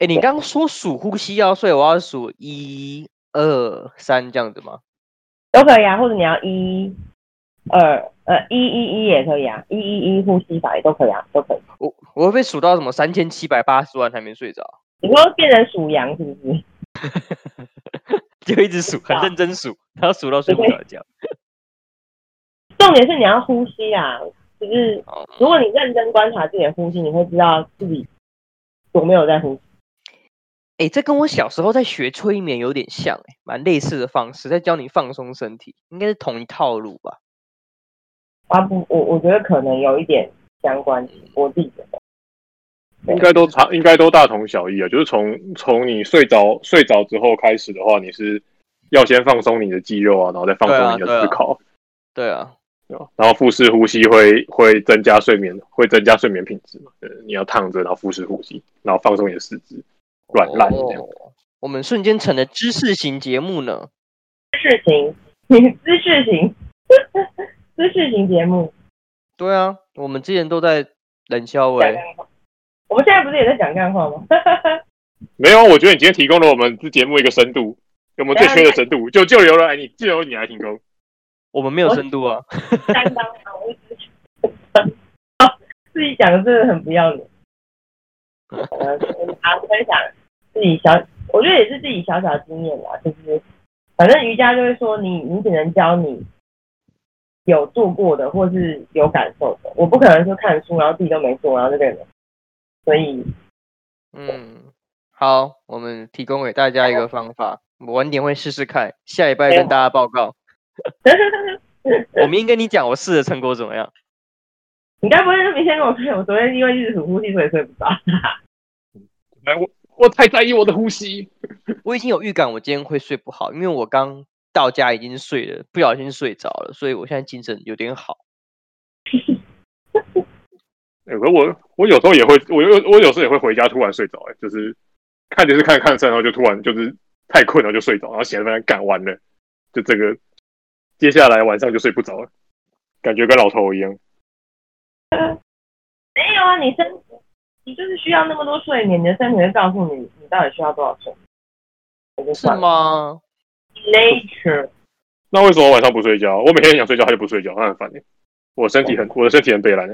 Speaker 3: 哎，你刚刚说数呼吸要，所以我要数一二三这样子吗？
Speaker 4: 都可以啊，或者你要一、二、呃一一一也可以啊，一一一呼吸法也都可以啊，都可以。
Speaker 3: 我我会被数到什么三千七百八十万还没睡着，
Speaker 4: 你说变成数羊是不是？
Speaker 3: 就一直数，很认真数，然后数到睡不着 觉。
Speaker 4: 重点是你要呼吸啊，就是
Speaker 3: 哦
Speaker 4: 如果你认真观察自己的呼吸，你会知道自己有没有在呼吸。
Speaker 3: 哎，这跟我小时候在学催眠有点像、欸，蛮类似的方式，在教你放松身体，应该是同一套路吧？
Speaker 4: 啊不，我我觉得可能有一点相关，我自己觉
Speaker 5: 嗯
Speaker 4: 得。
Speaker 5: 应该都差，应该都大同小异啊。就是从从你睡着睡着之后开始的话，你是要先放松你的肌肉啊，然后再放松你
Speaker 3: 对啊对
Speaker 5: 的
Speaker 3: 啊
Speaker 5: 思考，
Speaker 3: 对啊，
Speaker 5: 对吧然后腹式呼吸会会增加睡眠，会增加睡眠品质嘛。对，你要躺着，然后腹式呼吸，然后放松你的四肢，软烂这样。
Speaker 3: 哦我们瞬间成了知识型节目呢。
Speaker 4: 事情， 知识 型，知识型节目。
Speaker 3: 对啊，我们之前都在冷笑
Speaker 4: 讲
Speaker 3: 喂
Speaker 4: 干，话。我们现在不是也在讲干话吗？
Speaker 5: 没有，我觉得你今天提供了我们这节目一个深度，我们最缺的深度，就就由来你就由你来提供。
Speaker 3: 我们没有
Speaker 4: 我
Speaker 3: 深度啊。
Speaker 4: 担当啊，我一直自己讲真的很不要脸。呃，跟大家分享自己小，我觉得也是自己小小的经验啦，就是呃反正瑜伽就会说你，你只能教你有做过的或是有感受的，我不可能说看书然后自己都没做，然后就变了。所以
Speaker 3: 嗯，好，我们提供给大家一个方法，我晚点会试试看，下礼拜
Speaker 4: 没
Speaker 3: 跟
Speaker 4: 有
Speaker 3: 大家报 告。我明天跟你讲我试的成果怎么样。
Speaker 4: 你该不会是明天跟我睡？我昨天因为一直数呼吸，所以睡不着。
Speaker 5: 来，我我太在意我的呼吸。
Speaker 3: 我已经有预感，我今天会睡不好，因为我刚到家已经睡了，不小心睡着了，所以我现在精神有点好。
Speaker 5: 欸、可我我有时候也会，我有我有时候也会回家突然睡着，哎，就是看电视看着看着，然后就突然就是太困了就睡着，然后写了半天干完了，就这个接下来晚上就睡不着了，感觉跟老头一样。
Speaker 4: 没有啊，你身你就是需要那么多睡眠，你的身体会告诉你你到底需要多少睡。我就是算了
Speaker 3: 吗？
Speaker 4: ，nature
Speaker 5: 那为什么晚上不睡觉？我每天想睡觉，他就不睡觉，那很烦欸我身
Speaker 3: 哦
Speaker 5: 体很，我的身体很悲蓝，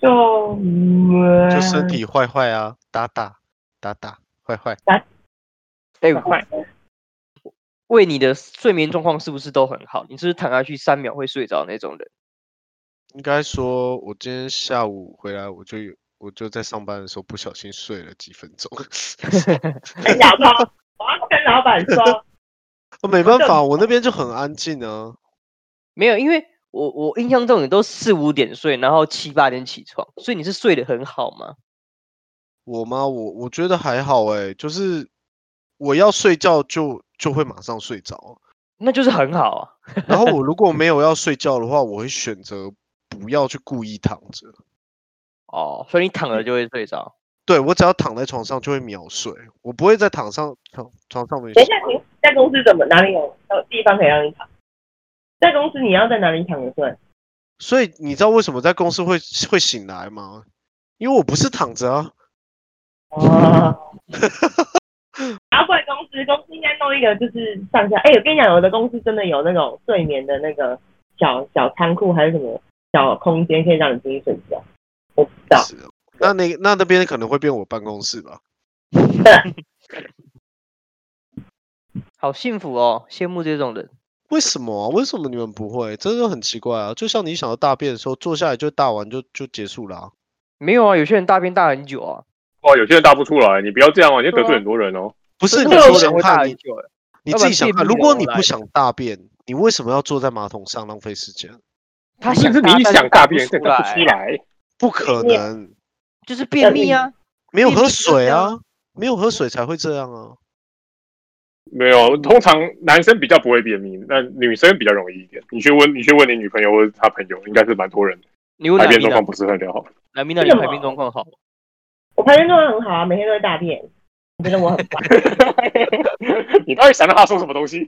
Speaker 4: 就嗯
Speaker 1: 就身体坏坏啊，打打打打坏坏。
Speaker 3: 哎、
Speaker 4: 快，
Speaker 3: 为你的睡眠状况是不是都很好？你是不是躺下去三秒会睡着那种人？
Speaker 1: 应该说，我今天下午回来，我就有我就在上班的时候不小心睡了几分钟。
Speaker 4: 很老板，我要跟老板 说，
Speaker 1: 我啊没办
Speaker 4: 这
Speaker 1: 法，我那边就很安静啊。
Speaker 3: 没有，因为我我印象中你都四五点睡，然后七八点起床，所以你是睡得很好吗？
Speaker 1: 我吗？我我觉得还好哎、就是我要睡觉就就会马上睡 着，啊
Speaker 3: 那就是很好啊。
Speaker 1: 然后我如果没有要睡觉的话，我会选择不要去故意躺着。
Speaker 3: 哦，所以你躺着就会睡着。
Speaker 1: 对我只要躺在床上就会秒睡，我不会在躺上床床上面睡
Speaker 4: 等一。下你在公司怎么哪里有有地方可以让你躺？在公司你要在哪里躺着睡？
Speaker 1: 所以你知道为什么在公司会会醒来吗？因为我不是躺着啊。
Speaker 4: 哦。然后怪公司，公司应该弄一个就是上下。哎、我跟你讲，有的公司真的有那种睡眠的那个小小仓库，还是什么小空间，可以让你进去睡觉。我不知
Speaker 3: 啊
Speaker 4: 道，
Speaker 1: 是哦那那个那那边可能会变我办公室吧？
Speaker 3: 好幸福哦，羡慕这种人。
Speaker 1: 为什么啊？为什么你们不会？真的很奇怪啊！就像你想要大便的时候，坐下来就大完就就结束了、啊。
Speaker 3: 没有啊，有些人大便大很久啊，
Speaker 5: 啊哇，有些人大不出来，你不要这样哦、你会得罪很多人哦、
Speaker 1: 不是你
Speaker 3: 真的有
Speaker 1: 说
Speaker 3: 些人
Speaker 1: 想
Speaker 3: 会大
Speaker 1: 看
Speaker 3: 很
Speaker 1: 你
Speaker 3: 久欸。
Speaker 1: 你
Speaker 3: 要不
Speaker 1: 自己
Speaker 3: 然
Speaker 1: 想
Speaker 3: 便
Speaker 1: 看，
Speaker 3: 秘
Speaker 1: 如
Speaker 3: 的
Speaker 1: 果
Speaker 3: 我
Speaker 1: 你
Speaker 3: 来
Speaker 1: 不想大便，你为什么要坐在马桶上浪费时间？
Speaker 3: 他
Speaker 5: 甚
Speaker 3: 想
Speaker 5: 至你一
Speaker 3: 大
Speaker 5: 想
Speaker 3: 大
Speaker 5: 大便，
Speaker 3: 出
Speaker 5: 但大不出
Speaker 3: 来，
Speaker 5: 来。
Speaker 1: 不可
Speaker 4: 便秘
Speaker 1: 能，
Speaker 3: 就是便秘啊。
Speaker 1: 没有
Speaker 3: 便秘
Speaker 1: 喝
Speaker 3: 就是这
Speaker 1: 水
Speaker 3: 样
Speaker 1: 啊，没有喝水才会这样啊。
Speaker 5: 没有，通常男生比较不会便秘，那女生比较容易一点。你去问，你去问你女朋友或者她朋友，应该是蛮多人
Speaker 3: 你问
Speaker 5: 排
Speaker 3: 莱
Speaker 5: 便
Speaker 3: 米
Speaker 5: 状
Speaker 3: 娜
Speaker 5: 况，不是很良好。
Speaker 3: 莱米娜，你
Speaker 4: 为什
Speaker 3: 排便
Speaker 4: 么
Speaker 3: 状况好吗？
Speaker 4: 我排便状况很好啊，每天都会大便。我觉得我很棒，
Speaker 5: 你到底想到他说什么东西？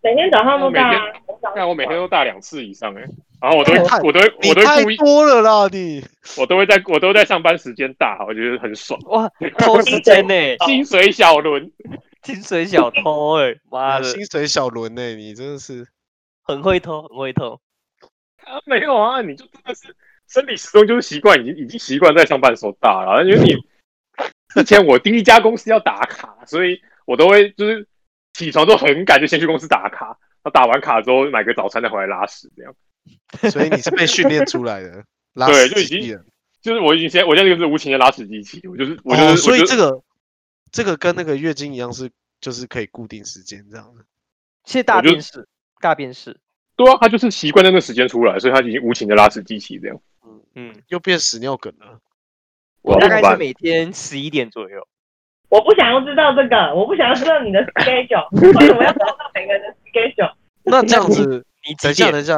Speaker 4: 每天早上都大啊。我早上
Speaker 5: 看我每天都大两次以上哎、然后我都
Speaker 1: 你
Speaker 3: 哦
Speaker 1: 太
Speaker 5: 会，我都会，
Speaker 1: 你
Speaker 5: 我都
Speaker 1: 太
Speaker 5: 会故意，
Speaker 1: 多了啦，你
Speaker 5: 我都会在，我都会在上班时间大，我觉得很爽，
Speaker 3: 哇，偷时间 呢、
Speaker 5: 薪水小轮。
Speaker 3: 薪水小偷哎、妈
Speaker 1: 啊，
Speaker 3: 的，
Speaker 1: 薪水小轮呢、你真的是
Speaker 3: 很会偷，很会偷。
Speaker 5: 啊， 没有啊，你就真的是生理时钟就是习惯，已经已经习惯在上班的时候大了，因为你之前我第一家公司要打卡，所以我都会就是起床都很赶，就先去公司打卡，那打完卡之后买个早餐再回来拉屎，这样
Speaker 1: 所以你是被训练出来的，拉
Speaker 5: 对
Speaker 1: 屎
Speaker 5: 就已
Speaker 1: 机器
Speaker 5: 经
Speaker 1: 人
Speaker 5: 就是我已经现在我现在就是无情的拉屎机器，我就是我就是、
Speaker 1: 哦，所以
Speaker 5: 我就
Speaker 1: 这个这个跟那个月经一样是，就是可以固定时间这样的。
Speaker 3: 现在大
Speaker 5: 我就
Speaker 3: 便是大便是，
Speaker 5: 对啊，他就是习惯在那时间出来，所以他已经无情的拉屎机器这样。
Speaker 3: 嗯，
Speaker 1: 又变屎尿梗了，
Speaker 5: 我要怎么
Speaker 3: 大概是
Speaker 5: 办？
Speaker 3: 每天十一点左右。
Speaker 4: 我不想要知道这个，我不想要知道你的 schedule，为什么要知道每个人的 schedule？
Speaker 1: 那这样子，
Speaker 3: 你
Speaker 1: 等
Speaker 3: 几
Speaker 1: 一下，
Speaker 3: 点？
Speaker 1: 等一下，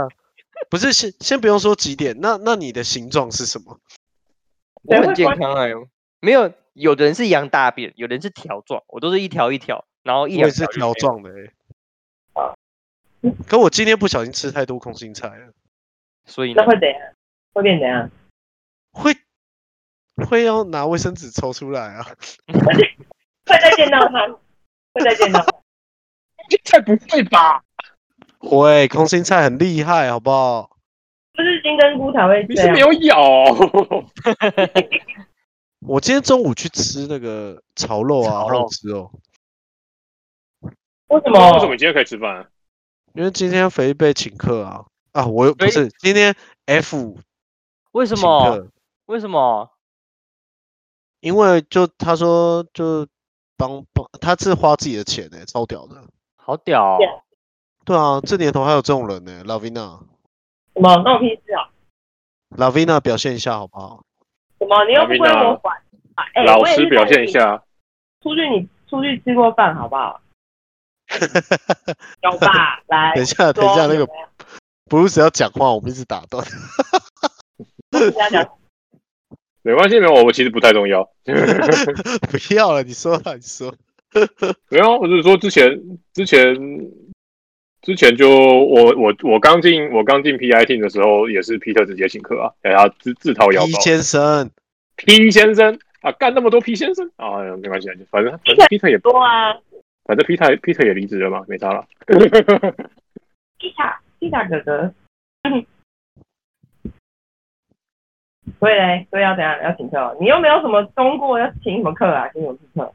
Speaker 1: 不是先先不用说几点，那那你的形状是什么？
Speaker 3: 我
Speaker 4: 谁
Speaker 3: 很
Speaker 4: 会
Speaker 3: 健
Speaker 4: 关
Speaker 3: 康哎、没有，有的人是羊大便，有的人是条状，我都是一条一条，然后一
Speaker 1: 我
Speaker 3: 两
Speaker 1: 也是
Speaker 3: 就
Speaker 1: 条
Speaker 3: 没有。
Speaker 1: 状的欸可我今天不小心吃太多空心菜了，
Speaker 3: 所以呢
Speaker 4: 那，会怎样？会变怎样？
Speaker 1: 会会要拿卫生纸抽出来啊！
Speaker 4: 会再见到他，会再见到他。
Speaker 5: 才不会吧？
Speaker 1: 会，空心菜很厉害，好不好？
Speaker 4: 不是金针菇才会
Speaker 5: 你
Speaker 4: 这
Speaker 5: 是
Speaker 4: 样
Speaker 5: 没。有咬，
Speaker 1: 我今天中午去吃那个炒肉啊，
Speaker 3: 炒
Speaker 1: 好
Speaker 3: 肉
Speaker 1: 好吃哦！
Speaker 4: 为
Speaker 5: 为什
Speaker 4: 什么
Speaker 5: 么？你今天可以吃饭、啊？
Speaker 1: 因为今天肥被请客啊啊！我又不
Speaker 3: 所
Speaker 1: 是今天 F
Speaker 3: 为什
Speaker 1: 请
Speaker 3: 么？
Speaker 1: 客，
Speaker 3: 为什么？
Speaker 1: 因为就他说就帮帮他是花自己的钱呢、欸超屌的。
Speaker 3: 好屌哦、
Speaker 4: Yeah
Speaker 1: 对啊，这年头还有这种人欸呢、拉维娜，
Speaker 4: 什么？关我屁事啊！
Speaker 1: 拉维娜表现一下好不好？
Speaker 4: 什么？你又不归我管？啊哎，
Speaker 5: 老
Speaker 4: 我也
Speaker 5: 师
Speaker 4: 是
Speaker 5: 表现一下，
Speaker 4: 出去，你出去吃过饭好不 好？有吧？来
Speaker 1: 等一，下，
Speaker 4: 说
Speaker 1: 等一
Speaker 3: 哎
Speaker 1: 下，那
Speaker 4: 有
Speaker 1: 个
Speaker 3: 啊
Speaker 4: 没有
Speaker 1: Bruce 要讲话，我们一直打断。
Speaker 4: 等一下讲
Speaker 5: 没关系，没有我，我其实不太重要。
Speaker 1: 不要了，你说了，你说。
Speaker 5: 没有，我是说之前之前之前就我我我刚进我刚进 PI team 的时候，也是 Peter 直接请客啊，给他自自掏腰
Speaker 1: 一
Speaker 5: 包。
Speaker 1: 先生，
Speaker 5: P 先生啊，干那么多 P 先生啊，没关系，反正反正 Peter 也
Speaker 4: 多啊，
Speaker 5: 反正 Peter Peter 也离职了嘛，没差了。
Speaker 4: 披萨，披萨 哥哥。所以嘞，所以要怎样？要请客哦？你又没有什么中过，要请什么客啊？请什么客？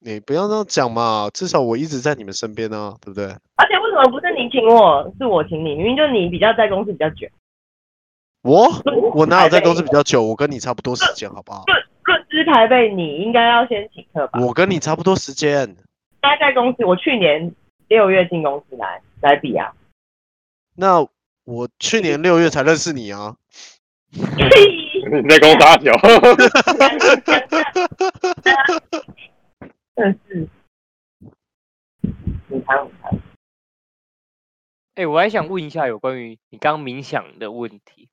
Speaker 1: 你不要这样讲嘛，至少我一直在你们身边啊，对不对？
Speaker 4: 而且为什么不是你请我，是我请你？明明就你比较在公司比较卷。
Speaker 1: 我我哪有在公司
Speaker 4: 排
Speaker 1: 比较久？我跟你差不多时间，好不好？
Speaker 4: 辈？论资排辈，你应该要先请客吧？
Speaker 1: 我跟你差不多时间，
Speaker 4: 待在公司，我去年六月进公司来来比啊，
Speaker 1: 那我去年六月才认识你啊，
Speaker 5: 你在公大小，
Speaker 4: 真是。你谈我谈，
Speaker 3: 哎、我还想问一下有关于你刚冥想的问题。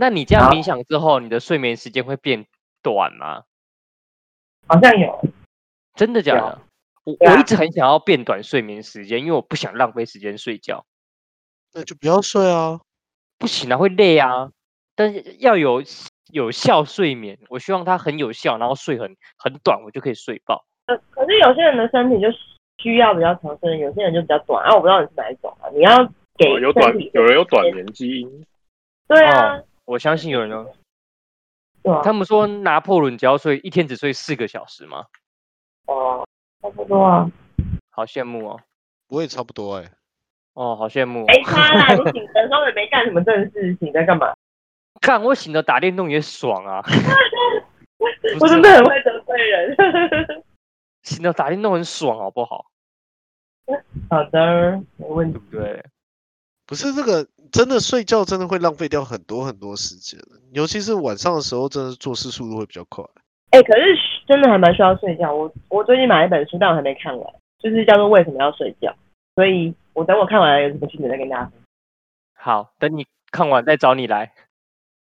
Speaker 3: 那你这样
Speaker 1: 啊
Speaker 4: 好
Speaker 3: 冥想之后，你的睡眠时间会变短吗？
Speaker 4: 好像有，
Speaker 3: 真的假
Speaker 4: 有
Speaker 3: 的？我
Speaker 4: 对
Speaker 3: 我一
Speaker 4: 啊
Speaker 3: 直很想要变短睡眠时间，因为我不想浪费时间睡觉。
Speaker 1: 那就不要睡啊。
Speaker 3: 不行啊，会累啊。但是要有有效睡眠，我希望它很有效，然后睡很很短，我就可以睡饱。
Speaker 4: 呃，可是有些人的身体就需要比较长时间，有些人就比较短啊。我不知道你是哪一种啊，你要给
Speaker 5: 哦有
Speaker 4: 身
Speaker 5: 短
Speaker 4: 体
Speaker 5: 有人有短年基因，
Speaker 4: 对啊，
Speaker 3: 我相信有人哦，
Speaker 4: 对啊
Speaker 3: 他，们说拿破仑只要睡一天只睡四个小时吗？
Speaker 4: 哦，差不多啊，
Speaker 3: 好羡慕哦，
Speaker 1: 我也差不多哎、
Speaker 3: 哦，好羡慕、哦。
Speaker 4: 没 差啦，你醒着稍微没干什么正事，你在干嘛？
Speaker 3: 看我醒着打 电动也爽啊，
Speaker 4: 我真的很会得罪人，
Speaker 3: 拳头打定都很爽，好不好？
Speaker 4: 好的，没问题
Speaker 3: 对。不对？
Speaker 1: 不是这个，真的睡觉真的会浪费掉很多很多时间，尤其是晚上的时候，真的做事速度会比较快。
Speaker 4: 哎、可是真的还蛮需要睡觉。我我最近买了一本书，但我还没看完，就是叫做《为什么要睡觉》。所以我等我看完了有什么心得再跟大家分享。
Speaker 3: 好，等你看完再找你来。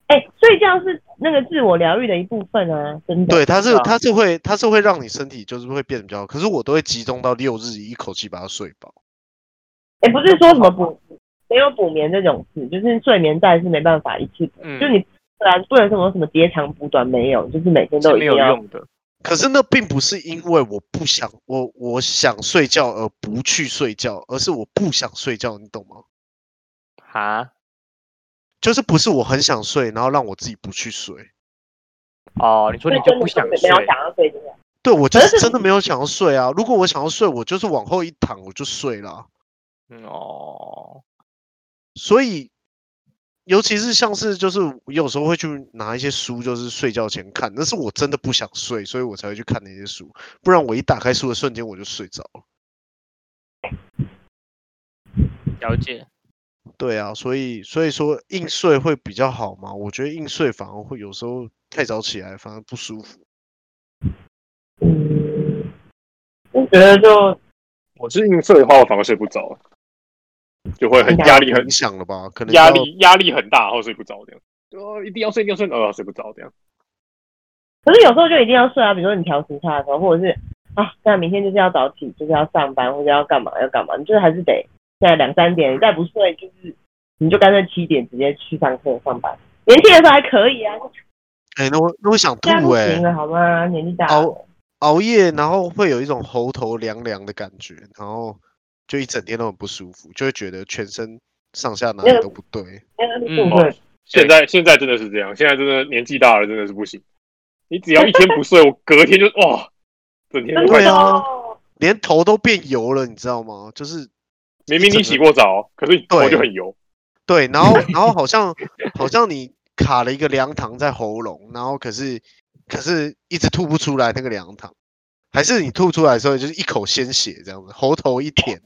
Speaker 4: 哎、睡觉是那个自我疗愈的一部分啊，真的。
Speaker 1: 对，它是
Speaker 3: 啊
Speaker 1: 它是会它是会让你身体就是会变得比较好，可是我都会集中到六日一口气把它睡饱。
Speaker 4: 哎、不是说什么补没有补眠这种事，就是睡眠债是没办法一次补，
Speaker 3: 嗯，
Speaker 4: 就你不然不能什么什么截长补短没有，就是每天都
Speaker 3: 是
Speaker 4: 一
Speaker 3: 没
Speaker 4: 定
Speaker 3: 有
Speaker 4: 要。
Speaker 3: 用的。
Speaker 1: 可是那并不是因为我不想我我想睡觉而不去睡觉，而是我不想睡觉，你懂吗？
Speaker 3: 哈，
Speaker 1: 就是不是我很想睡，然后让我自己不去睡。
Speaker 3: 哦，你说你就不想
Speaker 4: 没
Speaker 3: 睡
Speaker 4: 有，想要睡这样。
Speaker 1: 对我就
Speaker 4: 可
Speaker 1: 是
Speaker 4: 是
Speaker 1: 真的没有想要睡啊！如果我想要睡，我就是往后一躺我就睡了啊。
Speaker 3: 嗯哦，
Speaker 1: 所以，尤其是像是就是我有时候会去拿一些书，就是睡觉前看，那是我真的不想睡，所以我才会去看那些书。不然我一打开书的瞬间我就睡着了。
Speaker 3: 了解。
Speaker 1: 对啊，所以所以说硬睡会比较好嘛？我觉得硬睡反而会有时候太早起来反而不舒服。
Speaker 4: 嗯，我觉得就
Speaker 5: 我是硬睡的话，我反而睡不着，就会很
Speaker 4: 应该
Speaker 5: 压力很
Speaker 1: 影响了吧？可能
Speaker 5: 压
Speaker 1: 要
Speaker 5: 力压力很大，然后睡不着这样。哦，一定要睡，一定要睡，呃，睡不着这样。
Speaker 4: 可是有时候就一定要睡啊，比如说你调时差的时候，或者是啊，那明天就是要早起，就是要上班，或者要干嘛要干嘛，你就是还是得现在两三点，你再不睡就是你就干脆七点直接去上课上班。年轻的时候还可以啊，
Speaker 1: 哎、那我那我想吐
Speaker 4: 现在不
Speaker 1: 哎、
Speaker 4: 行了好吗？年纪大了，
Speaker 1: 熬熬夜，然后会有一种喉头凉凉的感觉，然后就一整天都很不舒服，就会觉得全身上下哪
Speaker 4: 那
Speaker 1: 里
Speaker 4: 个
Speaker 1: 都不对。
Speaker 4: 现在是
Speaker 3: 嗯
Speaker 4: 宿醉
Speaker 5: 现在现在真的是这样，现在真的年纪大了，真的是不行。你只要一天不 睡，我隔天就哇，整天
Speaker 4: 真
Speaker 5: 就
Speaker 4: 的
Speaker 5: 快
Speaker 1: 对啊
Speaker 4: 哦
Speaker 1: 连头都变油了，你知道吗？就是
Speaker 5: 明明你洗过澡，可是你头
Speaker 1: 对
Speaker 5: 就很油。
Speaker 1: 对，然后 然后好像好像你卡了一个凉糖在喉咙，然后可是可是一直吐不出来那个凉糖，还是你吐出来的时候就是一口鲜血这样子，喉头一甜。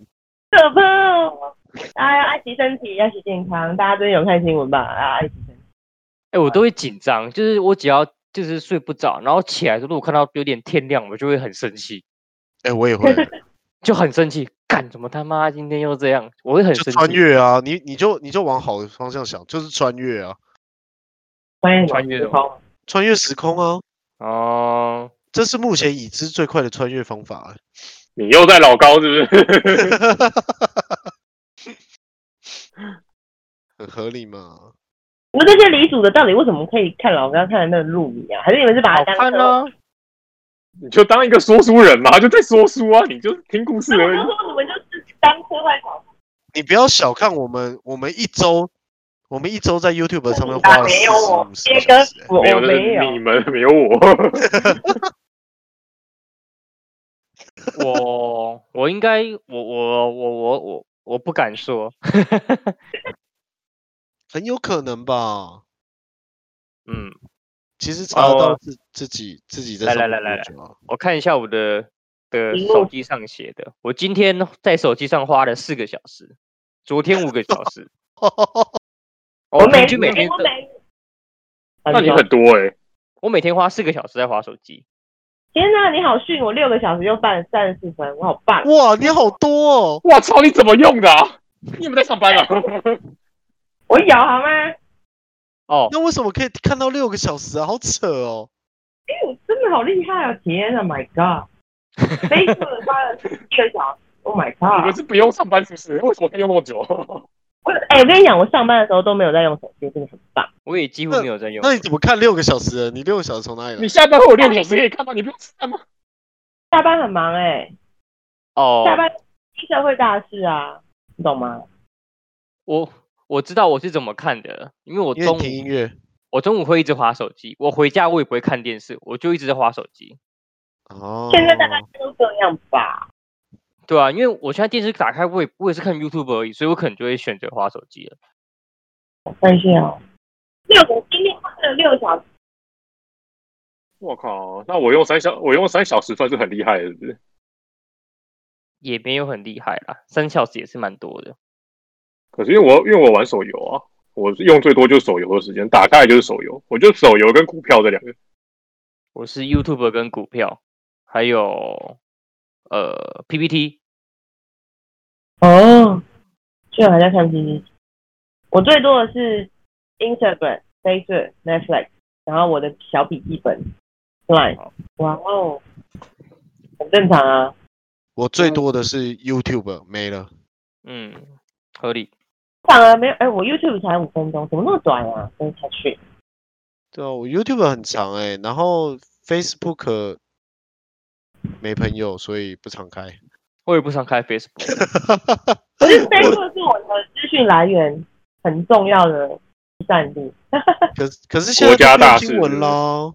Speaker 4: 可怕哦！大家要爱惜身体，要爱惜健康。大家最近有看新闻吧？啊，爱惜身体。
Speaker 3: 哎、我都会紧张，就是我只要就是睡不着，然后起来的时候，如果看到有点天亮，我就会很生气，
Speaker 1: 哎、我也会
Speaker 3: 就很生气，干怎么他妈今天又这样，我会很
Speaker 1: 就
Speaker 3: 生
Speaker 1: 穿
Speaker 3: 气。
Speaker 1: 越啊，你你就你就往好的方向想，就是穿越啊，
Speaker 4: 欢迎
Speaker 3: 穿越了
Speaker 4: 空。
Speaker 1: 穿越时空啊，
Speaker 3: 哦，
Speaker 1: 这是目前已知最快的穿越方法、
Speaker 5: 你又在老高是不是？
Speaker 1: 很合理嘛？
Speaker 4: 你们这些离组的到底为什么可以看老刚看的那个录影啊？还是你们是把它
Speaker 3: 好
Speaker 4: 当
Speaker 3: 看哦
Speaker 4: 成
Speaker 3: 呢、
Speaker 5: 你就当一个说书人嘛，就在说书啊，你就听故事
Speaker 4: 那我
Speaker 5: 而
Speaker 4: 就
Speaker 5: 已。
Speaker 4: 说你们就是当科幻小说，
Speaker 1: 你不要小看我们，我们一周，我们一周在 YouTube 上面
Speaker 4: 吧
Speaker 1: 花了
Speaker 4: 啊没
Speaker 1: 四
Speaker 4: 有我
Speaker 1: 十五
Speaker 4: 杰
Speaker 1: 十
Speaker 4: 哥
Speaker 1: 个小时、欸，
Speaker 4: 我
Speaker 5: 哦没有，
Speaker 4: 我
Speaker 5: 那
Speaker 4: 没
Speaker 5: 是你
Speaker 4: 有，
Speaker 5: 们没有我。
Speaker 4: 哦
Speaker 3: 我我应该我我我我我我不敢说，
Speaker 1: 很有可能吧？
Speaker 3: 嗯，
Speaker 1: 其实查得到
Speaker 3: 哦
Speaker 1: 自、自己自己在
Speaker 3: 来
Speaker 1: 上
Speaker 3: 来
Speaker 1: 面
Speaker 3: 来
Speaker 1: 多
Speaker 3: 来
Speaker 1: 久啊
Speaker 3: 我看一下我的的
Speaker 4: 荧
Speaker 3: 手
Speaker 4: 幕
Speaker 3: 机上写的，我今天在手机上花了四个小时，昨天五个小 时，我
Speaker 4: 每
Speaker 3: 平均每天
Speaker 4: 我
Speaker 3: 都
Speaker 4: 每，
Speaker 5: 那你很多哎、
Speaker 3: 我每天花四个小时在划手机，
Speaker 4: 天哪，你好逊，我六个小时就办三十四分，我好棒。
Speaker 1: 哇，你好多哦！
Speaker 5: 我操，你怎么用的、啊？你有没有在上 班啊？
Speaker 4: 我有好吗？
Speaker 3: 哦，
Speaker 1: 那为什么可以看到六个小时啊？好扯哦！
Speaker 4: 哎，我真的好厉害哦！天哪，My God，飞速的花了一个小时，Oh my
Speaker 5: 你们
Speaker 4: God！
Speaker 5: 是不用上班是不是？为什么可以用那么久？
Speaker 4: 我哎，我跟你讲，我上班的时候都没有在用手机，真的很棒。
Speaker 3: 我也几乎没有在用。
Speaker 1: 那你怎么看六个小时的？你六个小时从哪里来
Speaker 5: 你？下班后有六个小时可以看到，你不用吃饭吗？
Speaker 4: 下班很忙哎、
Speaker 3: 哦，
Speaker 4: 下班社会大事啊，你懂吗？
Speaker 3: 我我知道我是怎么看的了，因为我
Speaker 1: 因为
Speaker 3: 中
Speaker 1: 你听音
Speaker 3: 午
Speaker 1: 乐
Speaker 3: 我中午会一直划手机，我回家我也不会看电视，我就一直在划手机。
Speaker 1: 哦。
Speaker 4: 现在大概都这样吧。
Speaker 3: 对啊，因为我现在电视打开，我也我也是看 YouTube 而已，所以我可能就会选择划手机了。
Speaker 4: 我看一下哦，六个今天花了六小时，
Speaker 5: 我靠，那我用三小我用三小时算是很厉害的，是不是？
Speaker 3: 也没有很厉害啦，三小时也是蛮多的。
Speaker 5: 可是因为我因为我玩手游啊，我用最多就是手游的时间，打开来就是手游，我就手游跟股票这两个。
Speaker 3: 我是 YouTube 跟股票，还有呃 PPT，
Speaker 4: 哦，居然还在看 PPT。我最多的是 Instagram、Facebook、Netflix，然后我的小笔记本、Line。哇哦，很正常啊。
Speaker 1: 我最多的是 YouTube 没了，
Speaker 3: 嗯，合理。
Speaker 4: 反而没有，哎、我 YouTube 才五分钟，怎么那么短啊？真才去。
Speaker 1: 对啊，我 YouTube 很长哎、然后 Facebook 没朋友，所以不常开。
Speaker 3: 我也不想开 Facebook，
Speaker 4: 可是 Facebook 是我的资讯来源很重要的集散地。
Speaker 1: 可是可是现在
Speaker 5: 国家
Speaker 1: 都变
Speaker 5: 大事
Speaker 1: 新闻啦，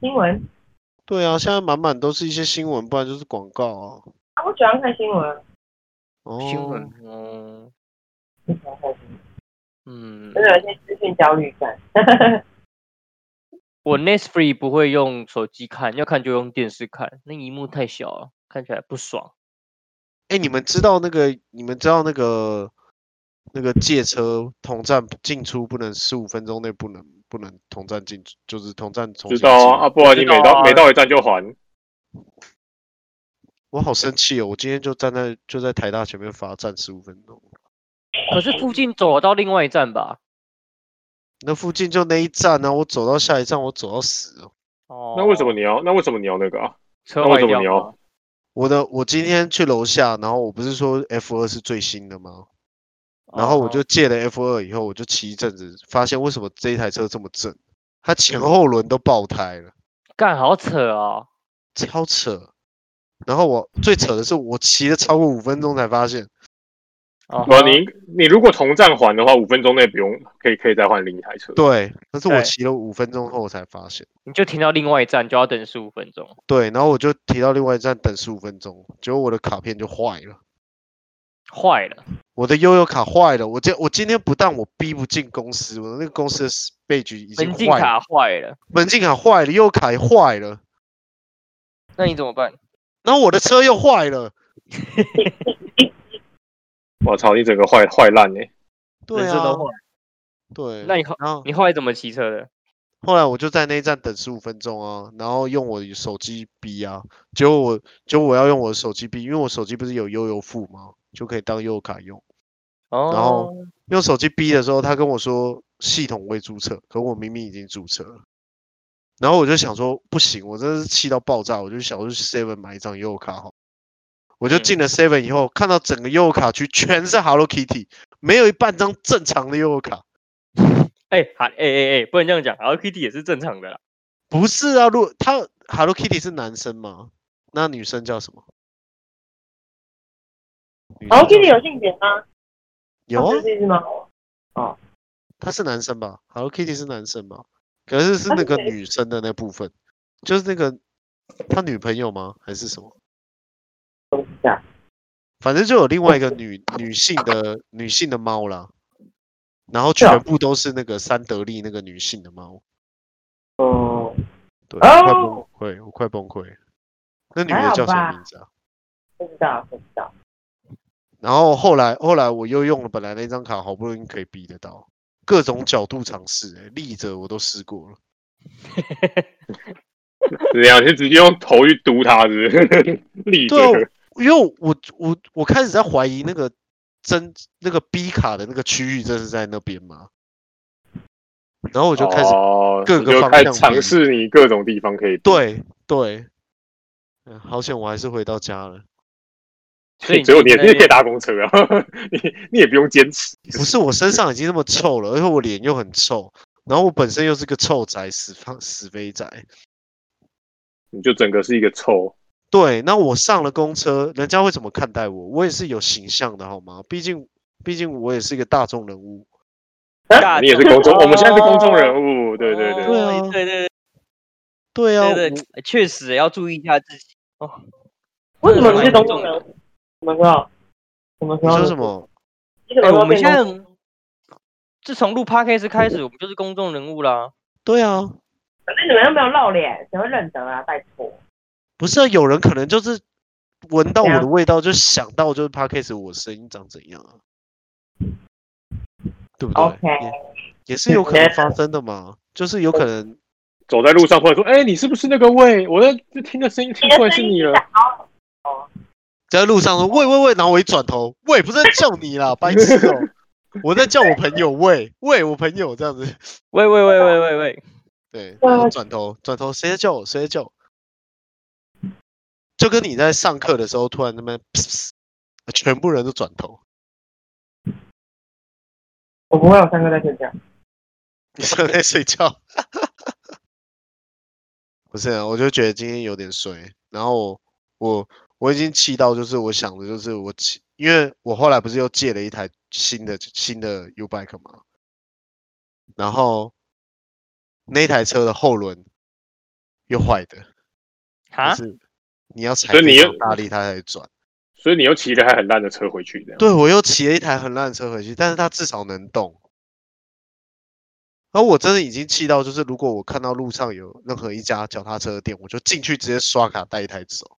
Speaker 4: 新闻
Speaker 1: 对啊，现在满满都是一些新闻，不然就是广告啊。
Speaker 4: 啊，我喜欢看新闻啊，
Speaker 1: 哦，
Speaker 3: 新闻，嗯
Speaker 4: 我喜欢看新闻，
Speaker 3: 嗯
Speaker 4: 真，的有一些资讯焦虑感。
Speaker 3: 我 Netflix 不会用手机看，要看就用电视看，那荧幕太小了，看起来不爽。
Speaker 1: 哎、你们知道那个？你们知道那个那个借车同站进出不能十五分钟内不能不能同站进出，就是同站重
Speaker 5: 知
Speaker 1: 新
Speaker 5: 道
Speaker 1: 进
Speaker 5: 啊，啊，不然你每
Speaker 3: 知道
Speaker 5: 到
Speaker 3: 啊
Speaker 5: 每到一站就还。
Speaker 1: 我好生气哦！我今天就站在就在台大前面罚站十五分钟，
Speaker 3: 可是附近走到另外一站吧？
Speaker 1: 那附近就那一站啊，我走到下一站我走到死哦。
Speaker 3: 哦，
Speaker 5: 那为什么你要那为什么你要那个啊？
Speaker 3: 车
Speaker 5: 那为
Speaker 3: 坏
Speaker 5: 什么
Speaker 3: 掉
Speaker 5: 你
Speaker 3: 吗
Speaker 5: 要？
Speaker 1: 我的我今天去楼下，然后我不是说 F 二是最新的吗？
Speaker 3: 哦
Speaker 1: 然后我就借了 F 二以后，我就骑一阵子，发现为什么这一台车这么正，它前后轮都爆胎了。
Speaker 3: 干好扯哦，
Speaker 1: 超扯。然后我最扯的是，我骑了超过五分钟才发现，啊
Speaker 3: 哦
Speaker 5: 不然
Speaker 3: 哈
Speaker 5: 啊你你如果同站还的话，五分钟内不用，可以可以再换另一台车。
Speaker 1: 对，可是我
Speaker 3: 对
Speaker 1: 骑了五分钟后才发现，
Speaker 3: 你就停到另外一站就要等十五分钟，
Speaker 1: 对，然后我就提到另外一站等十五分钟，结果我的卡片就坏了，
Speaker 3: 坏了，
Speaker 1: 我的悠游卡坏了，我今我今天不但我逼不进公司，我的那个公司的 s- 备局已经
Speaker 3: 门禁
Speaker 1: 坏了，
Speaker 3: 卡坏了，
Speaker 1: 门禁卡坏了，悠游卡也坏了，
Speaker 3: 那你怎么办？
Speaker 1: 然后我的车又坏了，
Speaker 5: 我操，你整个坏坏烂哎！
Speaker 1: 对
Speaker 3: 人生
Speaker 1: 啊
Speaker 3: 都，坏了。
Speaker 1: 对，
Speaker 3: 那你后
Speaker 1: 然后
Speaker 3: 你后来怎么骑车的？
Speaker 1: 后来我就在那一站等十五分钟啊，然后用我的手机逼啊，结果我结果我要用我的手机逼，因为我手机不是有悠游付吗？就可以当悠游卡用。
Speaker 3: 哦，
Speaker 1: 后用手机逼的时候，他跟我说系统未注册，可我明明已经注册了。然后我就想说不行，我真的是气到爆炸，我就想我去 Seven 买一张悠游卡好。我就
Speaker 3: 嗯
Speaker 1: 进了 Seven 以后，看到整个悠游卡区全是 Hello Kitty，没有一半张正常的悠游卡。
Speaker 3: 哎，好，哎哎哎，不能这样讲，Hello Kitty 也是正常 的啦。
Speaker 1: 不是啊，如果他 Hello Kitty 是男生嘛，那女生叫什么？女生
Speaker 4: 好
Speaker 1: 叫
Speaker 4: ，Kitty
Speaker 1: 什
Speaker 4: 有
Speaker 1: 么
Speaker 4: 性别吗？
Speaker 1: 有啊
Speaker 4: 是，这意思吗？
Speaker 1: 他是男生吧？Hello Kitty 是男生吧？可是是
Speaker 4: 他
Speaker 1: 那
Speaker 4: 是
Speaker 1: 个
Speaker 4: 谁
Speaker 1: 女生的那部分，就是那个他女朋友吗？还是什么？
Speaker 4: 我不知道。
Speaker 1: 反正就有另外一个女女性的女性的猫啦，然后
Speaker 4: 是啊
Speaker 1: 全部都是那个三得利那个女性的猫，
Speaker 4: 哦，
Speaker 1: 对，我快崩
Speaker 4: 哦
Speaker 1: 溃，我快崩溃了。那女
Speaker 4: 还
Speaker 1: 的
Speaker 4: 好
Speaker 1: 叫什么
Speaker 4: 吧
Speaker 1: 名字啊？
Speaker 4: 不知道，不知道。
Speaker 1: 然后后来后来我又用了本来那张卡，好不容易可以逼得到，各种角度尝试、欸，立着我都试过了。
Speaker 5: 怎样？你是直接用头去嘟它，是不是？立着
Speaker 1: 对啊，我因为我我我开始在怀疑那个真那个 B 卡的那个区域，真是在那边吗？然后我
Speaker 5: 我
Speaker 1: 就开始、
Speaker 5: 哦，
Speaker 1: 各
Speaker 5: 你
Speaker 1: 个
Speaker 5: 就
Speaker 1: 方
Speaker 5: 开始
Speaker 1: 向
Speaker 5: 尝
Speaker 1: 变
Speaker 5: 试你各种地方可以。，
Speaker 1: 对对，嗯好险我还是回到家了。
Speaker 3: 所以你
Speaker 5: 只有你也
Speaker 3: 就在
Speaker 5: 你也可以
Speaker 3: 那边
Speaker 5: 搭公车啊， 你你也不用坚持。
Speaker 1: 不是我身上已经那么臭了，而且我脸又很臭，然后我本身又是个臭宅，死胖死肥宅。
Speaker 5: 你就整个是一个臭。
Speaker 1: 对，那我上了公车，人家会怎么看待我？我也是有形象的，好吗？毕竟，毕竟我也是一个大众人物。
Speaker 3: 尬
Speaker 5: 你也是
Speaker 3: 中
Speaker 5: 公众，我们现在是公众
Speaker 3: 哦
Speaker 5: 人物，对对对。
Speaker 1: 对
Speaker 3: 哦
Speaker 1: 啊
Speaker 3: 对对
Speaker 1: 对啊，
Speaker 3: 对对，确实要注意一下自己。哦，
Speaker 4: 为什么
Speaker 3: 这
Speaker 4: 你
Speaker 3: 个
Speaker 4: 是
Speaker 3: 蛮严
Speaker 4: 公
Speaker 3: 重
Speaker 4: 众人
Speaker 3: 的
Speaker 4: 物？什么时候？什么时
Speaker 1: 我你
Speaker 4: 候？
Speaker 1: 说什？么？
Speaker 4: 你什么
Speaker 3: 哎，
Speaker 4: 时
Speaker 3: 我
Speaker 4: 候
Speaker 3: 们
Speaker 4: 变
Speaker 3: 现在
Speaker 4: 公众？
Speaker 3: 自从录 podcast 开始，我们就是公众人物啦。
Speaker 1: 对啊，
Speaker 4: 可是你们又没有露脸，谁会认得啊？拜托。
Speaker 1: 不是啊，有人可能就是闻到我的
Speaker 4: 怎
Speaker 1: 味道，就想到就是 podcast 我声音长怎样啊，对不对
Speaker 4: OK
Speaker 1: 也也是有可能发生的嘛，就是有可能
Speaker 5: 走在路上，忽然说：“哎、你是不是那个喂？我在 就听着声音，听出来是你了。
Speaker 1: 在路上说喂喂喂，然后我一转头，喂，不是在叫你啦，白痴哦、我在叫我朋友喂喂我朋友这样子，
Speaker 3: 喂喂喂喂喂喂，
Speaker 1: 对，
Speaker 4: 对
Speaker 1: 然后转头转头谁在叫我谁在叫我，就跟你在上课的时候突然那边， 全部人都转头，
Speaker 4: 我不会，我三哥在睡觉。
Speaker 1: 你正在睡觉？ 不是啊，我就觉得今天有点衰，然后我我我已经气到，就是我想的就是我气，因为我后来不是又借了一台新的新的 U bike 嘛，然后那台车的后轮又坏的，
Speaker 3: 哈
Speaker 1: 就，是你要踩
Speaker 5: 啊所以你
Speaker 1: 非常
Speaker 5: 又
Speaker 1: 大力它才转。”
Speaker 5: 所以你又骑了台很烂的车回去，这样。
Speaker 1: 对我又骑了一台很烂的车回去，但是它至少能动。而我真的已经气到，就是如果我看到路上有任何一家脚踏车的店，我就进去直接刷卡带一台走，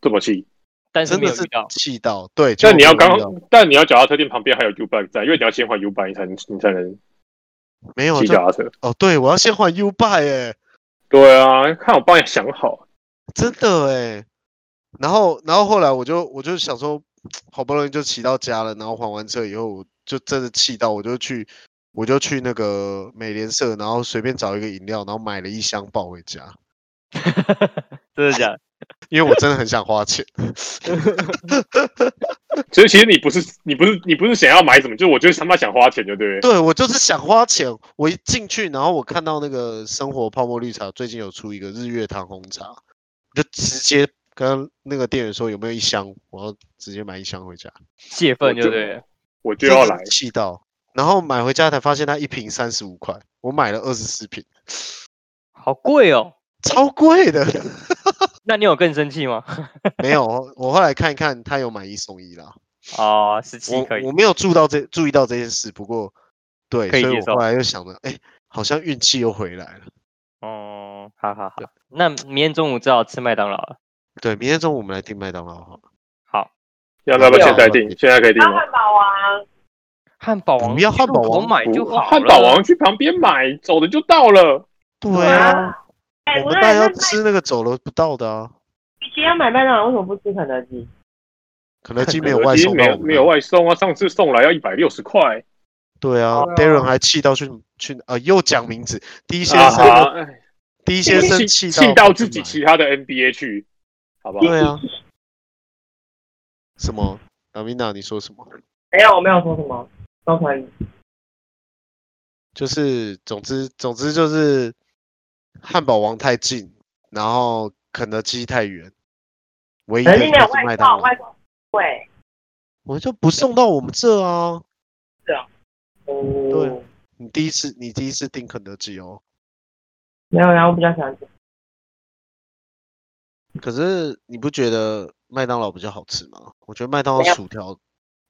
Speaker 5: 这么气。
Speaker 3: 但是
Speaker 1: 真
Speaker 3: 没有
Speaker 1: 的是
Speaker 3: 遇到，
Speaker 1: 气到。对，
Speaker 5: 但你要
Speaker 1: 结果
Speaker 5: 刚
Speaker 1: 没有遇到，
Speaker 5: 但你要脚踏车店旁边还有 U bike 在，因为你要先换 U bike 你才能你才能
Speaker 1: 没有
Speaker 5: 骑
Speaker 1: 就
Speaker 5: 脚踏车。
Speaker 1: 哦，对我要先换 U b i 哎，
Speaker 5: 对啊，看我帮你想好，
Speaker 1: 真的哎。然后，然后后来我就我就想说，好不容易就骑到家了，然后还完车以后，我就真的气到，我就去我就去那个美联社，然后随便找一个饮料，然后买了一箱抱回家。
Speaker 3: 真的假的？
Speaker 1: 因为我真的很想花钱。
Speaker 5: 所以其实你不是你不是你不是想要买什么，就是我就是他妈想花钱，就对了。
Speaker 1: 对我就是想花钱。我一进去，然后我看到那个生活泡沫绿茶最近有出一个日月潭红茶，我就直接跟那个店员说有没有一箱，我要直接买一箱回家，
Speaker 3: 泄愤就
Speaker 5: 就
Speaker 3: 对了，
Speaker 5: 我就要
Speaker 1: 真的
Speaker 5: 来，
Speaker 1: 气到。然后买回家才发现它一瓶三十五块，我买了二十四瓶，
Speaker 3: 好贵哦。
Speaker 1: 超贵的。
Speaker 3: 那你有更生气吗？
Speaker 1: 没有，我后来看一看，它有买一送一啦。
Speaker 3: 哦，十七
Speaker 1: 我
Speaker 3: 可以
Speaker 1: 我，没有注到这注意到这件事，不过对，
Speaker 3: 可以
Speaker 1: 所以
Speaker 3: 接
Speaker 1: 我
Speaker 3: 受
Speaker 1: 后来又想着，哎，好像运气又回来了。
Speaker 3: 哦，好好好，那明天中午只好吃麦当劳了。
Speaker 1: 对，明天中午我们来订麦当劳好了。
Speaker 5: 要不要不要现在
Speaker 1: 没
Speaker 5: 订
Speaker 1: 有？
Speaker 5: 现在可以订
Speaker 4: 当
Speaker 5: 吗？
Speaker 4: 汉堡王，
Speaker 3: 汉堡王
Speaker 1: 不要汉堡
Speaker 3: 我
Speaker 1: 王
Speaker 3: 买就好了
Speaker 5: 汉堡王去旁边买，走的就到了。
Speaker 1: 对
Speaker 4: 啊
Speaker 1: 啊，
Speaker 4: 哎、
Speaker 1: 我
Speaker 4: 不
Speaker 1: 们
Speaker 4: 对，
Speaker 1: 大家
Speaker 4: 那
Speaker 1: 要
Speaker 4: 麦
Speaker 1: 吃那个走了不到的啊。
Speaker 4: 与其要买麦当劳，为什么不吃肯德基？
Speaker 1: 肯德基 没有
Speaker 5: 可
Speaker 1: 外
Speaker 5: 惜
Speaker 1: 送
Speaker 5: 没
Speaker 1: 到
Speaker 5: 有
Speaker 1: 我们
Speaker 5: 没有
Speaker 1: 那里。
Speaker 5: 外送啊，上次送来要一百六十块
Speaker 1: 对啊
Speaker 4: 哦
Speaker 1: ，Darren 还气到去去啊，又讲名字，D 先
Speaker 5: 啊
Speaker 1: 生
Speaker 5: 哈！
Speaker 1: 又，
Speaker 5: 哎
Speaker 1: 狄先生
Speaker 5: 气
Speaker 1: 到
Speaker 5: 气
Speaker 1: 气
Speaker 5: 到自己其他的 NBA 去，好不好？
Speaker 1: 对啊。什么？老米娜，你说什么？
Speaker 4: 没有，我没有说什么，都可以。
Speaker 1: 就是，总之，总之就是，汉堡王太近，然后肯德基太远，唯一
Speaker 4: 肯
Speaker 1: 的
Speaker 4: 德基没
Speaker 1: 就
Speaker 4: 有
Speaker 1: 是
Speaker 4: 外
Speaker 1: 麦当
Speaker 4: 送，
Speaker 1: 劳
Speaker 4: 外。送贵。
Speaker 1: 我就不送到我们这啊。
Speaker 4: 嗯，
Speaker 1: 对你第一次，你第一次订肯德基哦。
Speaker 4: 没有啦，我比较喜欢吃。
Speaker 1: 可是你不觉得麦当劳比较好吃吗？我觉得麦当劳
Speaker 4: 没有
Speaker 1: 薯条，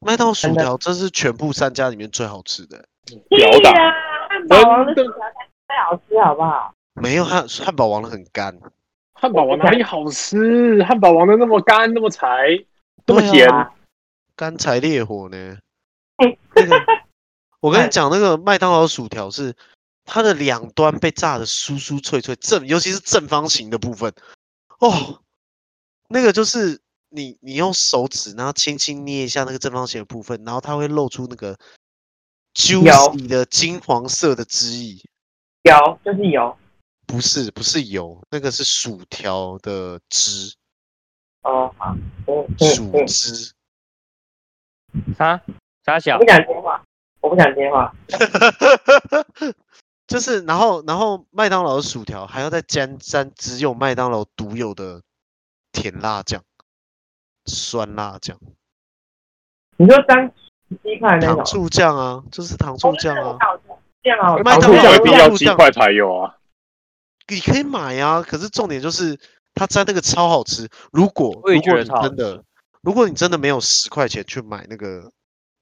Speaker 1: 麦当劳薯
Speaker 4: 真的
Speaker 1: 条真是全部三家里面最好吃的。欸
Speaker 5: 屌
Speaker 4: 屁
Speaker 5: 打
Speaker 4: 呀，汉堡王的薯条才最好吃，好不好？
Speaker 1: 没有汉汉堡王的很干，
Speaker 5: 汉堡王哪里好吃？汉堡王的那么干，那么柴，那么
Speaker 1: 对啊
Speaker 5: 咸，
Speaker 1: 干柴烈火呢。那个我跟你讲，那个麦当劳薯条是它的两端被炸的酥酥脆脆，正尤其是正方形的部分，哦，那个就是你你用手指，然后轻轻捏一下那个正方形的部分，然后它会露出那个 juicy 的金黄色的汁液。
Speaker 4: 油就是油。
Speaker 1: 不是不是油，那个是薯条的汁，
Speaker 4: 哦，好，嗯嗯
Speaker 1: 薯
Speaker 4: 嗯，
Speaker 1: 汁。
Speaker 3: 啥啥
Speaker 4: 我
Speaker 3: 小
Speaker 4: 不想接话，我不想接话。
Speaker 1: 就是，然后，然后麦当劳的薯条还要再沾沾只有麦当劳独有的甜辣酱、酸辣酱、
Speaker 4: 你说当鸡块那
Speaker 1: 糖
Speaker 4: 种，
Speaker 1: 醋酱啊，就是糖
Speaker 4: 哦
Speaker 1: 醋酱啊，哎
Speaker 4: 这样好吃，
Speaker 1: 麦
Speaker 5: 糖
Speaker 1: 当
Speaker 5: 醋
Speaker 1: 劳
Speaker 5: 酱一
Speaker 1: 的
Speaker 5: 定
Speaker 1: 麦
Speaker 5: 要
Speaker 1: 当
Speaker 5: 鸡块才有啊。
Speaker 1: 你可以买啊。可是重点就是它沾那个超好吃。如果
Speaker 3: 我也
Speaker 1: 如
Speaker 3: 觉
Speaker 1: 果
Speaker 3: 得
Speaker 1: 你
Speaker 3: 超好
Speaker 1: 真的，如果你真的没有十块钱去买那个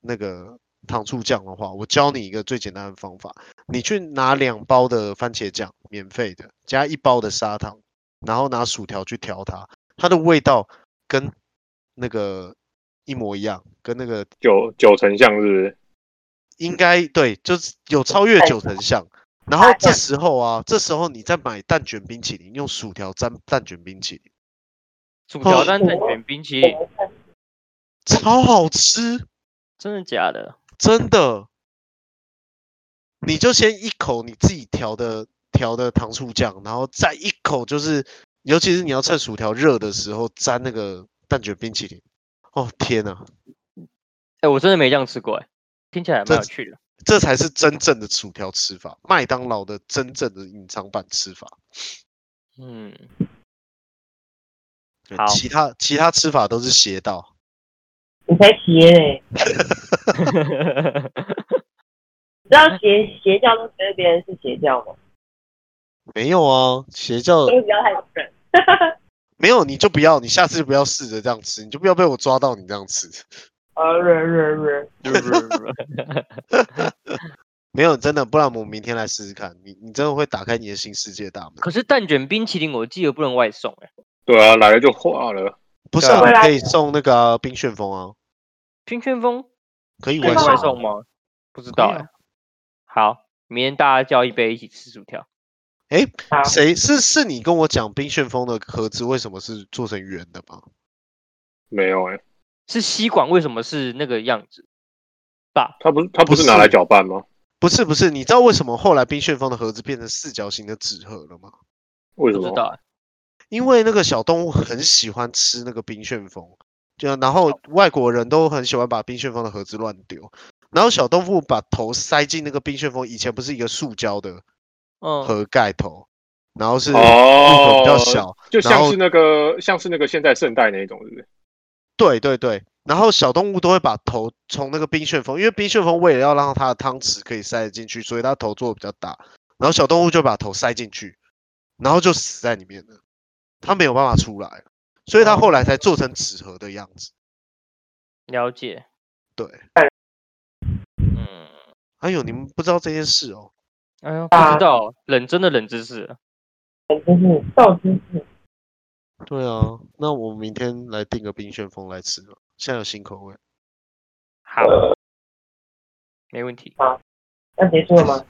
Speaker 1: 那个糖醋酱的话，我教你一个最简单的方法，你去拿两包的番茄酱，免费的，加一包的砂糖，然后拿薯条去调它，它的味道跟那个一模一样，跟那个
Speaker 5: 九九成像是不是？
Speaker 1: 应该对，就是有超越九成像。然后这时候啊，这时候你再买蛋卷冰淇淋，用薯条沾蛋卷冰淇淋，
Speaker 3: 薯条蛋蛋卷冰淇淋，
Speaker 1: 超好吃，
Speaker 3: 真的假的？
Speaker 1: 真的。你就先一口你自己调的调的糖醋酱，然后再一口就是，尤其是你要趁薯条热的时候沾那个蛋卷冰淇淋。哦天哪，
Speaker 3: 哎、我真的没这样吃过、哎，听起来蛮有趣的。
Speaker 1: 这才是真正的薯条吃法，麦当劳的真正的隐藏版吃法。
Speaker 3: 嗯，
Speaker 1: 对
Speaker 3: 好
Speaker 1: 其他其他吃法都是邪道。
Speaker 4: 你才邪嘞！你知
Speaker 1: 哎
Speaker 4: 道邪邪教都觉得别人是邪教吗？
Speaker 1: 没有啊，邪教
Speaker 4: 所以不要太准。
Speaker 1: 没有你就不要，你下次就不要试着这样吃，你就不要被我抓到你这样吃。
Speaker 4: 呃，忍忍忍，
Speaker 1: 没有真的，不然我们明天来试试看，你你真的会打开你的新世界大门。
Speaker 3: 可是蛋卷冰淇淋我记得不能外送、哎，
Speaker 5: 对啊，来了就化了。
Speaker 1: 不是
Speaker 3: 对
Speaker 1: 啊，
Speaker 3: 啊
Speaker 1: 你可以送那个啊、冰旋风啊，
Speaker 3: 冰旋风
Speaker 1: 可以
Speaker 3: 可以
Speaker 5: 啊
Speaker 1: 外
Speaker 3: 外
Speaker 1: 送。
Speaker 3: 送吗？不知道、
Speaker 1: 可以啊
Speaker 3: 哎。好，明天大家叫一杯一起吃薯条。
Speaker 4: 好，
Speaker 1: 谁是是你跟我讲冰旋风的盒子为什么是做成圆的吗？
Speaker 5: 没有哎、
Speaker 3: 是吸管为什么是那个样子？
Speaker 5: 它不是它不
Speaker 1: 不
Speaker 5: 是
Speaker 1: 是
Speaker 5: 拿来搅拌吗？
Speaker 1: 不是不是，你知道为什么后来冰旋风的盒子变成四角形的纸盒了吗？
Speaker 5: 为什
Speaker 3: 不知
Speaker 5: 么？
Speaker 3: 道、哎
Speaker 1: 因为那个小动物很喜欢吃那个冰旋风，就然后外国人都很喜欢把冰旋风的盒子乱丢，然后小动物把头塞进那个冰旋风，以前不是一个塑胶的
Speaker 3: 嗯，
Speaker 1: 盒盖头，然后是入口
Speaker 5: 哦，
Speaker 1: 比较小，
Speaker 5: 就
Speaker 1: 然
Speaker 5: 像
Speaker 1: 后
Speaker 5: 是那个像是那个现在圣代那一种，是不是？
Speaker 1: 对对对，然后小动物都会把头从那个冰旋风，因为冰旋风为了要让它的汤匙可以塞得进去，所以它头做的比较大，然后小动物就把头塞进去，然后就死在里面了，它没有办法出来，所以它后来才做成纸盒的样子。
Speaker 3: 了解。
Speaker 1: 对，
Speaker 3: 嗯，
Speaker 1: 哎呦，你们不知道这件事哦，
Speaker 3: 哎呦，不知道，冷真的冷知识了。
Speaker 4: 真是道知识。
Speaker 1: 对啊，那我明天来订个冰旋风来吃吧，现在有新口味，
Speaker 3: 好，没问题。
Speaker 4: 要结束了吗？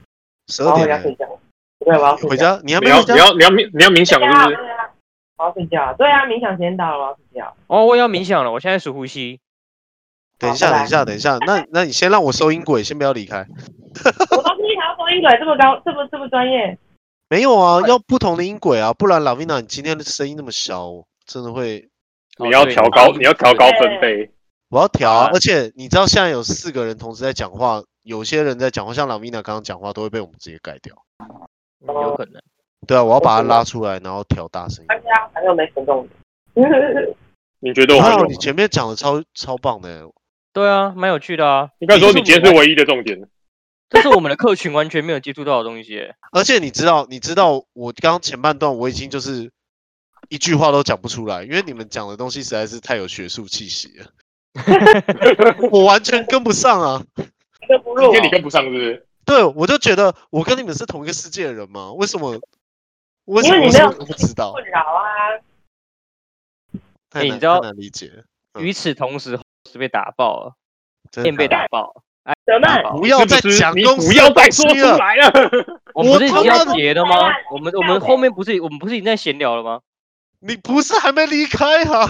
Speaker 1: 十
Speaker 4: 我要
Speaker 1: 二
Speaker 4: 回
Speaker 1: 点
Speaker 4: 家
Speaker 1: 了
Speaker 4: 睡觉。对，啊我要睡
Speaker 1: 回
Speaker 4: 觉。
Speaker 1: 家，你还
Speaker 5: 你
Speaker 1: 没
Speaker 5: 要
Speaker 1: 回
Speaker 5: 你
Speaker 1: 家？
Speaker 5: 要你要冥你要冥想
Speaker 4: 对
Speaker 5: 是
Speaker 4: 啊，
Speaker 5: 不
Speaker 4: 对
Speaker 5: 是？
Speaker 4: 啊，我要睡觉。对啊，冥想时间到了，我要睡 觉。
Speaker 3: 哦，我也要冥想了，我现在数呼吸。
Speaker 1: 等一
Speaker 4: 好
Speaker 1: 下，
Speaker 4: 拜
Speaker 1: 等一下，等一下，那那你先让我收音轨，先不要离开。
Speaker 4: 我都是一条风音轨，这么高，这么这么专业。
Speaker 1: 没有啊，要不同的音轨啊，不然老 a 娜，你今天的声音那么小，我真的会
Speaker 3: 哦
Speaker 5: 你要
Speaker 3: 对
Speaker 5: 调高
Speaker 3: 对
Speaker 5: 你要调高分贝，
Speaker 1: 我要调、
Speaker 3: 好
Speaker 1: 啊
Speaker 3: 啊。
Speaker 1: 而且你知道现在有四个人同时在讲话，有些人在讲话，像老 a 娜刚刚讲话都会被我们直接盖掉。
Speaker 3: 嗯有可能。
Speaker 1: 对啊，我要把它拉出来，然后调大声音。
Speaker 4: 而且啊，反正我没行动力。
Speaker 5: 你觉得我
Speaker 1: 哇
Speaker 5: 们有
Speaker 1: 你
Speaker 5: 吗？
Speaker 1: 前面讲的超超棒的，欸
Speaker 3: 对啊，蛮有趣的啊。
Speaker 5: 应该说你
Speaker 3: 这
Speaker 5: 今天
Speaker 3: 是我
Speaker 5: 是
Speaker 3: 们
Speaker 5: 唯一的重点。
Speaker 3: 这是我们的客群完全没有接触到的东西耶。
Speaker 1: 而且你知道，你知道我刚刚前半段我已经就是一句话都讲不出来，因为你们讲的东西实在是太有学术气息了， 我完全跟不上啊。
Speaker 4: 一个不入
Speaker 5: 今
Speaker 4: 啊
Speaker 5: 天你跟不上是不是？
Speaker 1: 对，我就觉得我跟你们是同一个世界的人吗？为什么？为什
Speaker 4: 因
Speaker 1: 么为
Speaker 4: 为你没
Speaker 1: 什
Speaker 4: 有
Speaker 1: 么我不知道？
Speaker 4: 困扰啊。
Speaker 1: 太
Speaker 3: 哎
Speaker 1: 难
Speaker 3: 你知道
Speaker 1: 太难理解了，嗯
Speaker 3: 与此同时，是被打爆了，
Speaker 1: 真
Speaker 3: 店被
Speaker 1: 的。
Speaker 3: 打爆了。
Speaker 4: 怎么？
Speaker 5: 啊
Speaker 3: 打爆
Speaker 1: 不要再
Speaker 5: 是不是
Speaker 1: 讲
Speaker 5: 你
Speaker 1: 公司
Speaker 5: 不要
Speaker 1: 的
Speaker 5: 再
Speaker 1: 东
Speaker 5: 说
Speaker 1: 西
Speaker 5: 出
Speaker 1: 了
Speaker 5: 来了。
Speaker 3: 我们不是已
Speaker 1: 他
Speaker 3: 经
Speaker 1: 妈
Speaker 3: 要
Speaker 1: 的
Speaker 3: 结了
Speaker 4: 不要
Speaker 3: 吗
Speaker 4: 再？
Speaker 3: 我们我们后面不是我们不是已经在闲聊了吗？
Speaker 1: 你不是还没离开哈、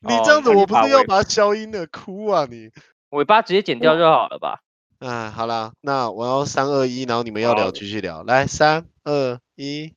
Speaker 1: 你这样子，
Speaker 3: 那哦就
Speaker 1: 我不
Speaker 3: 把
Speaker 1: 是要
Speaker 3: 尾
Speaker 1: 把它消音的，哭啊你！
Speaker 3: 尾巴直接剪掉就好了吧？
Speaker 1: 嗯哎，好啦，那我要三二一，然后你们要聊
Speaker 5: 好
Speaker 1: 继续聊，来三二一。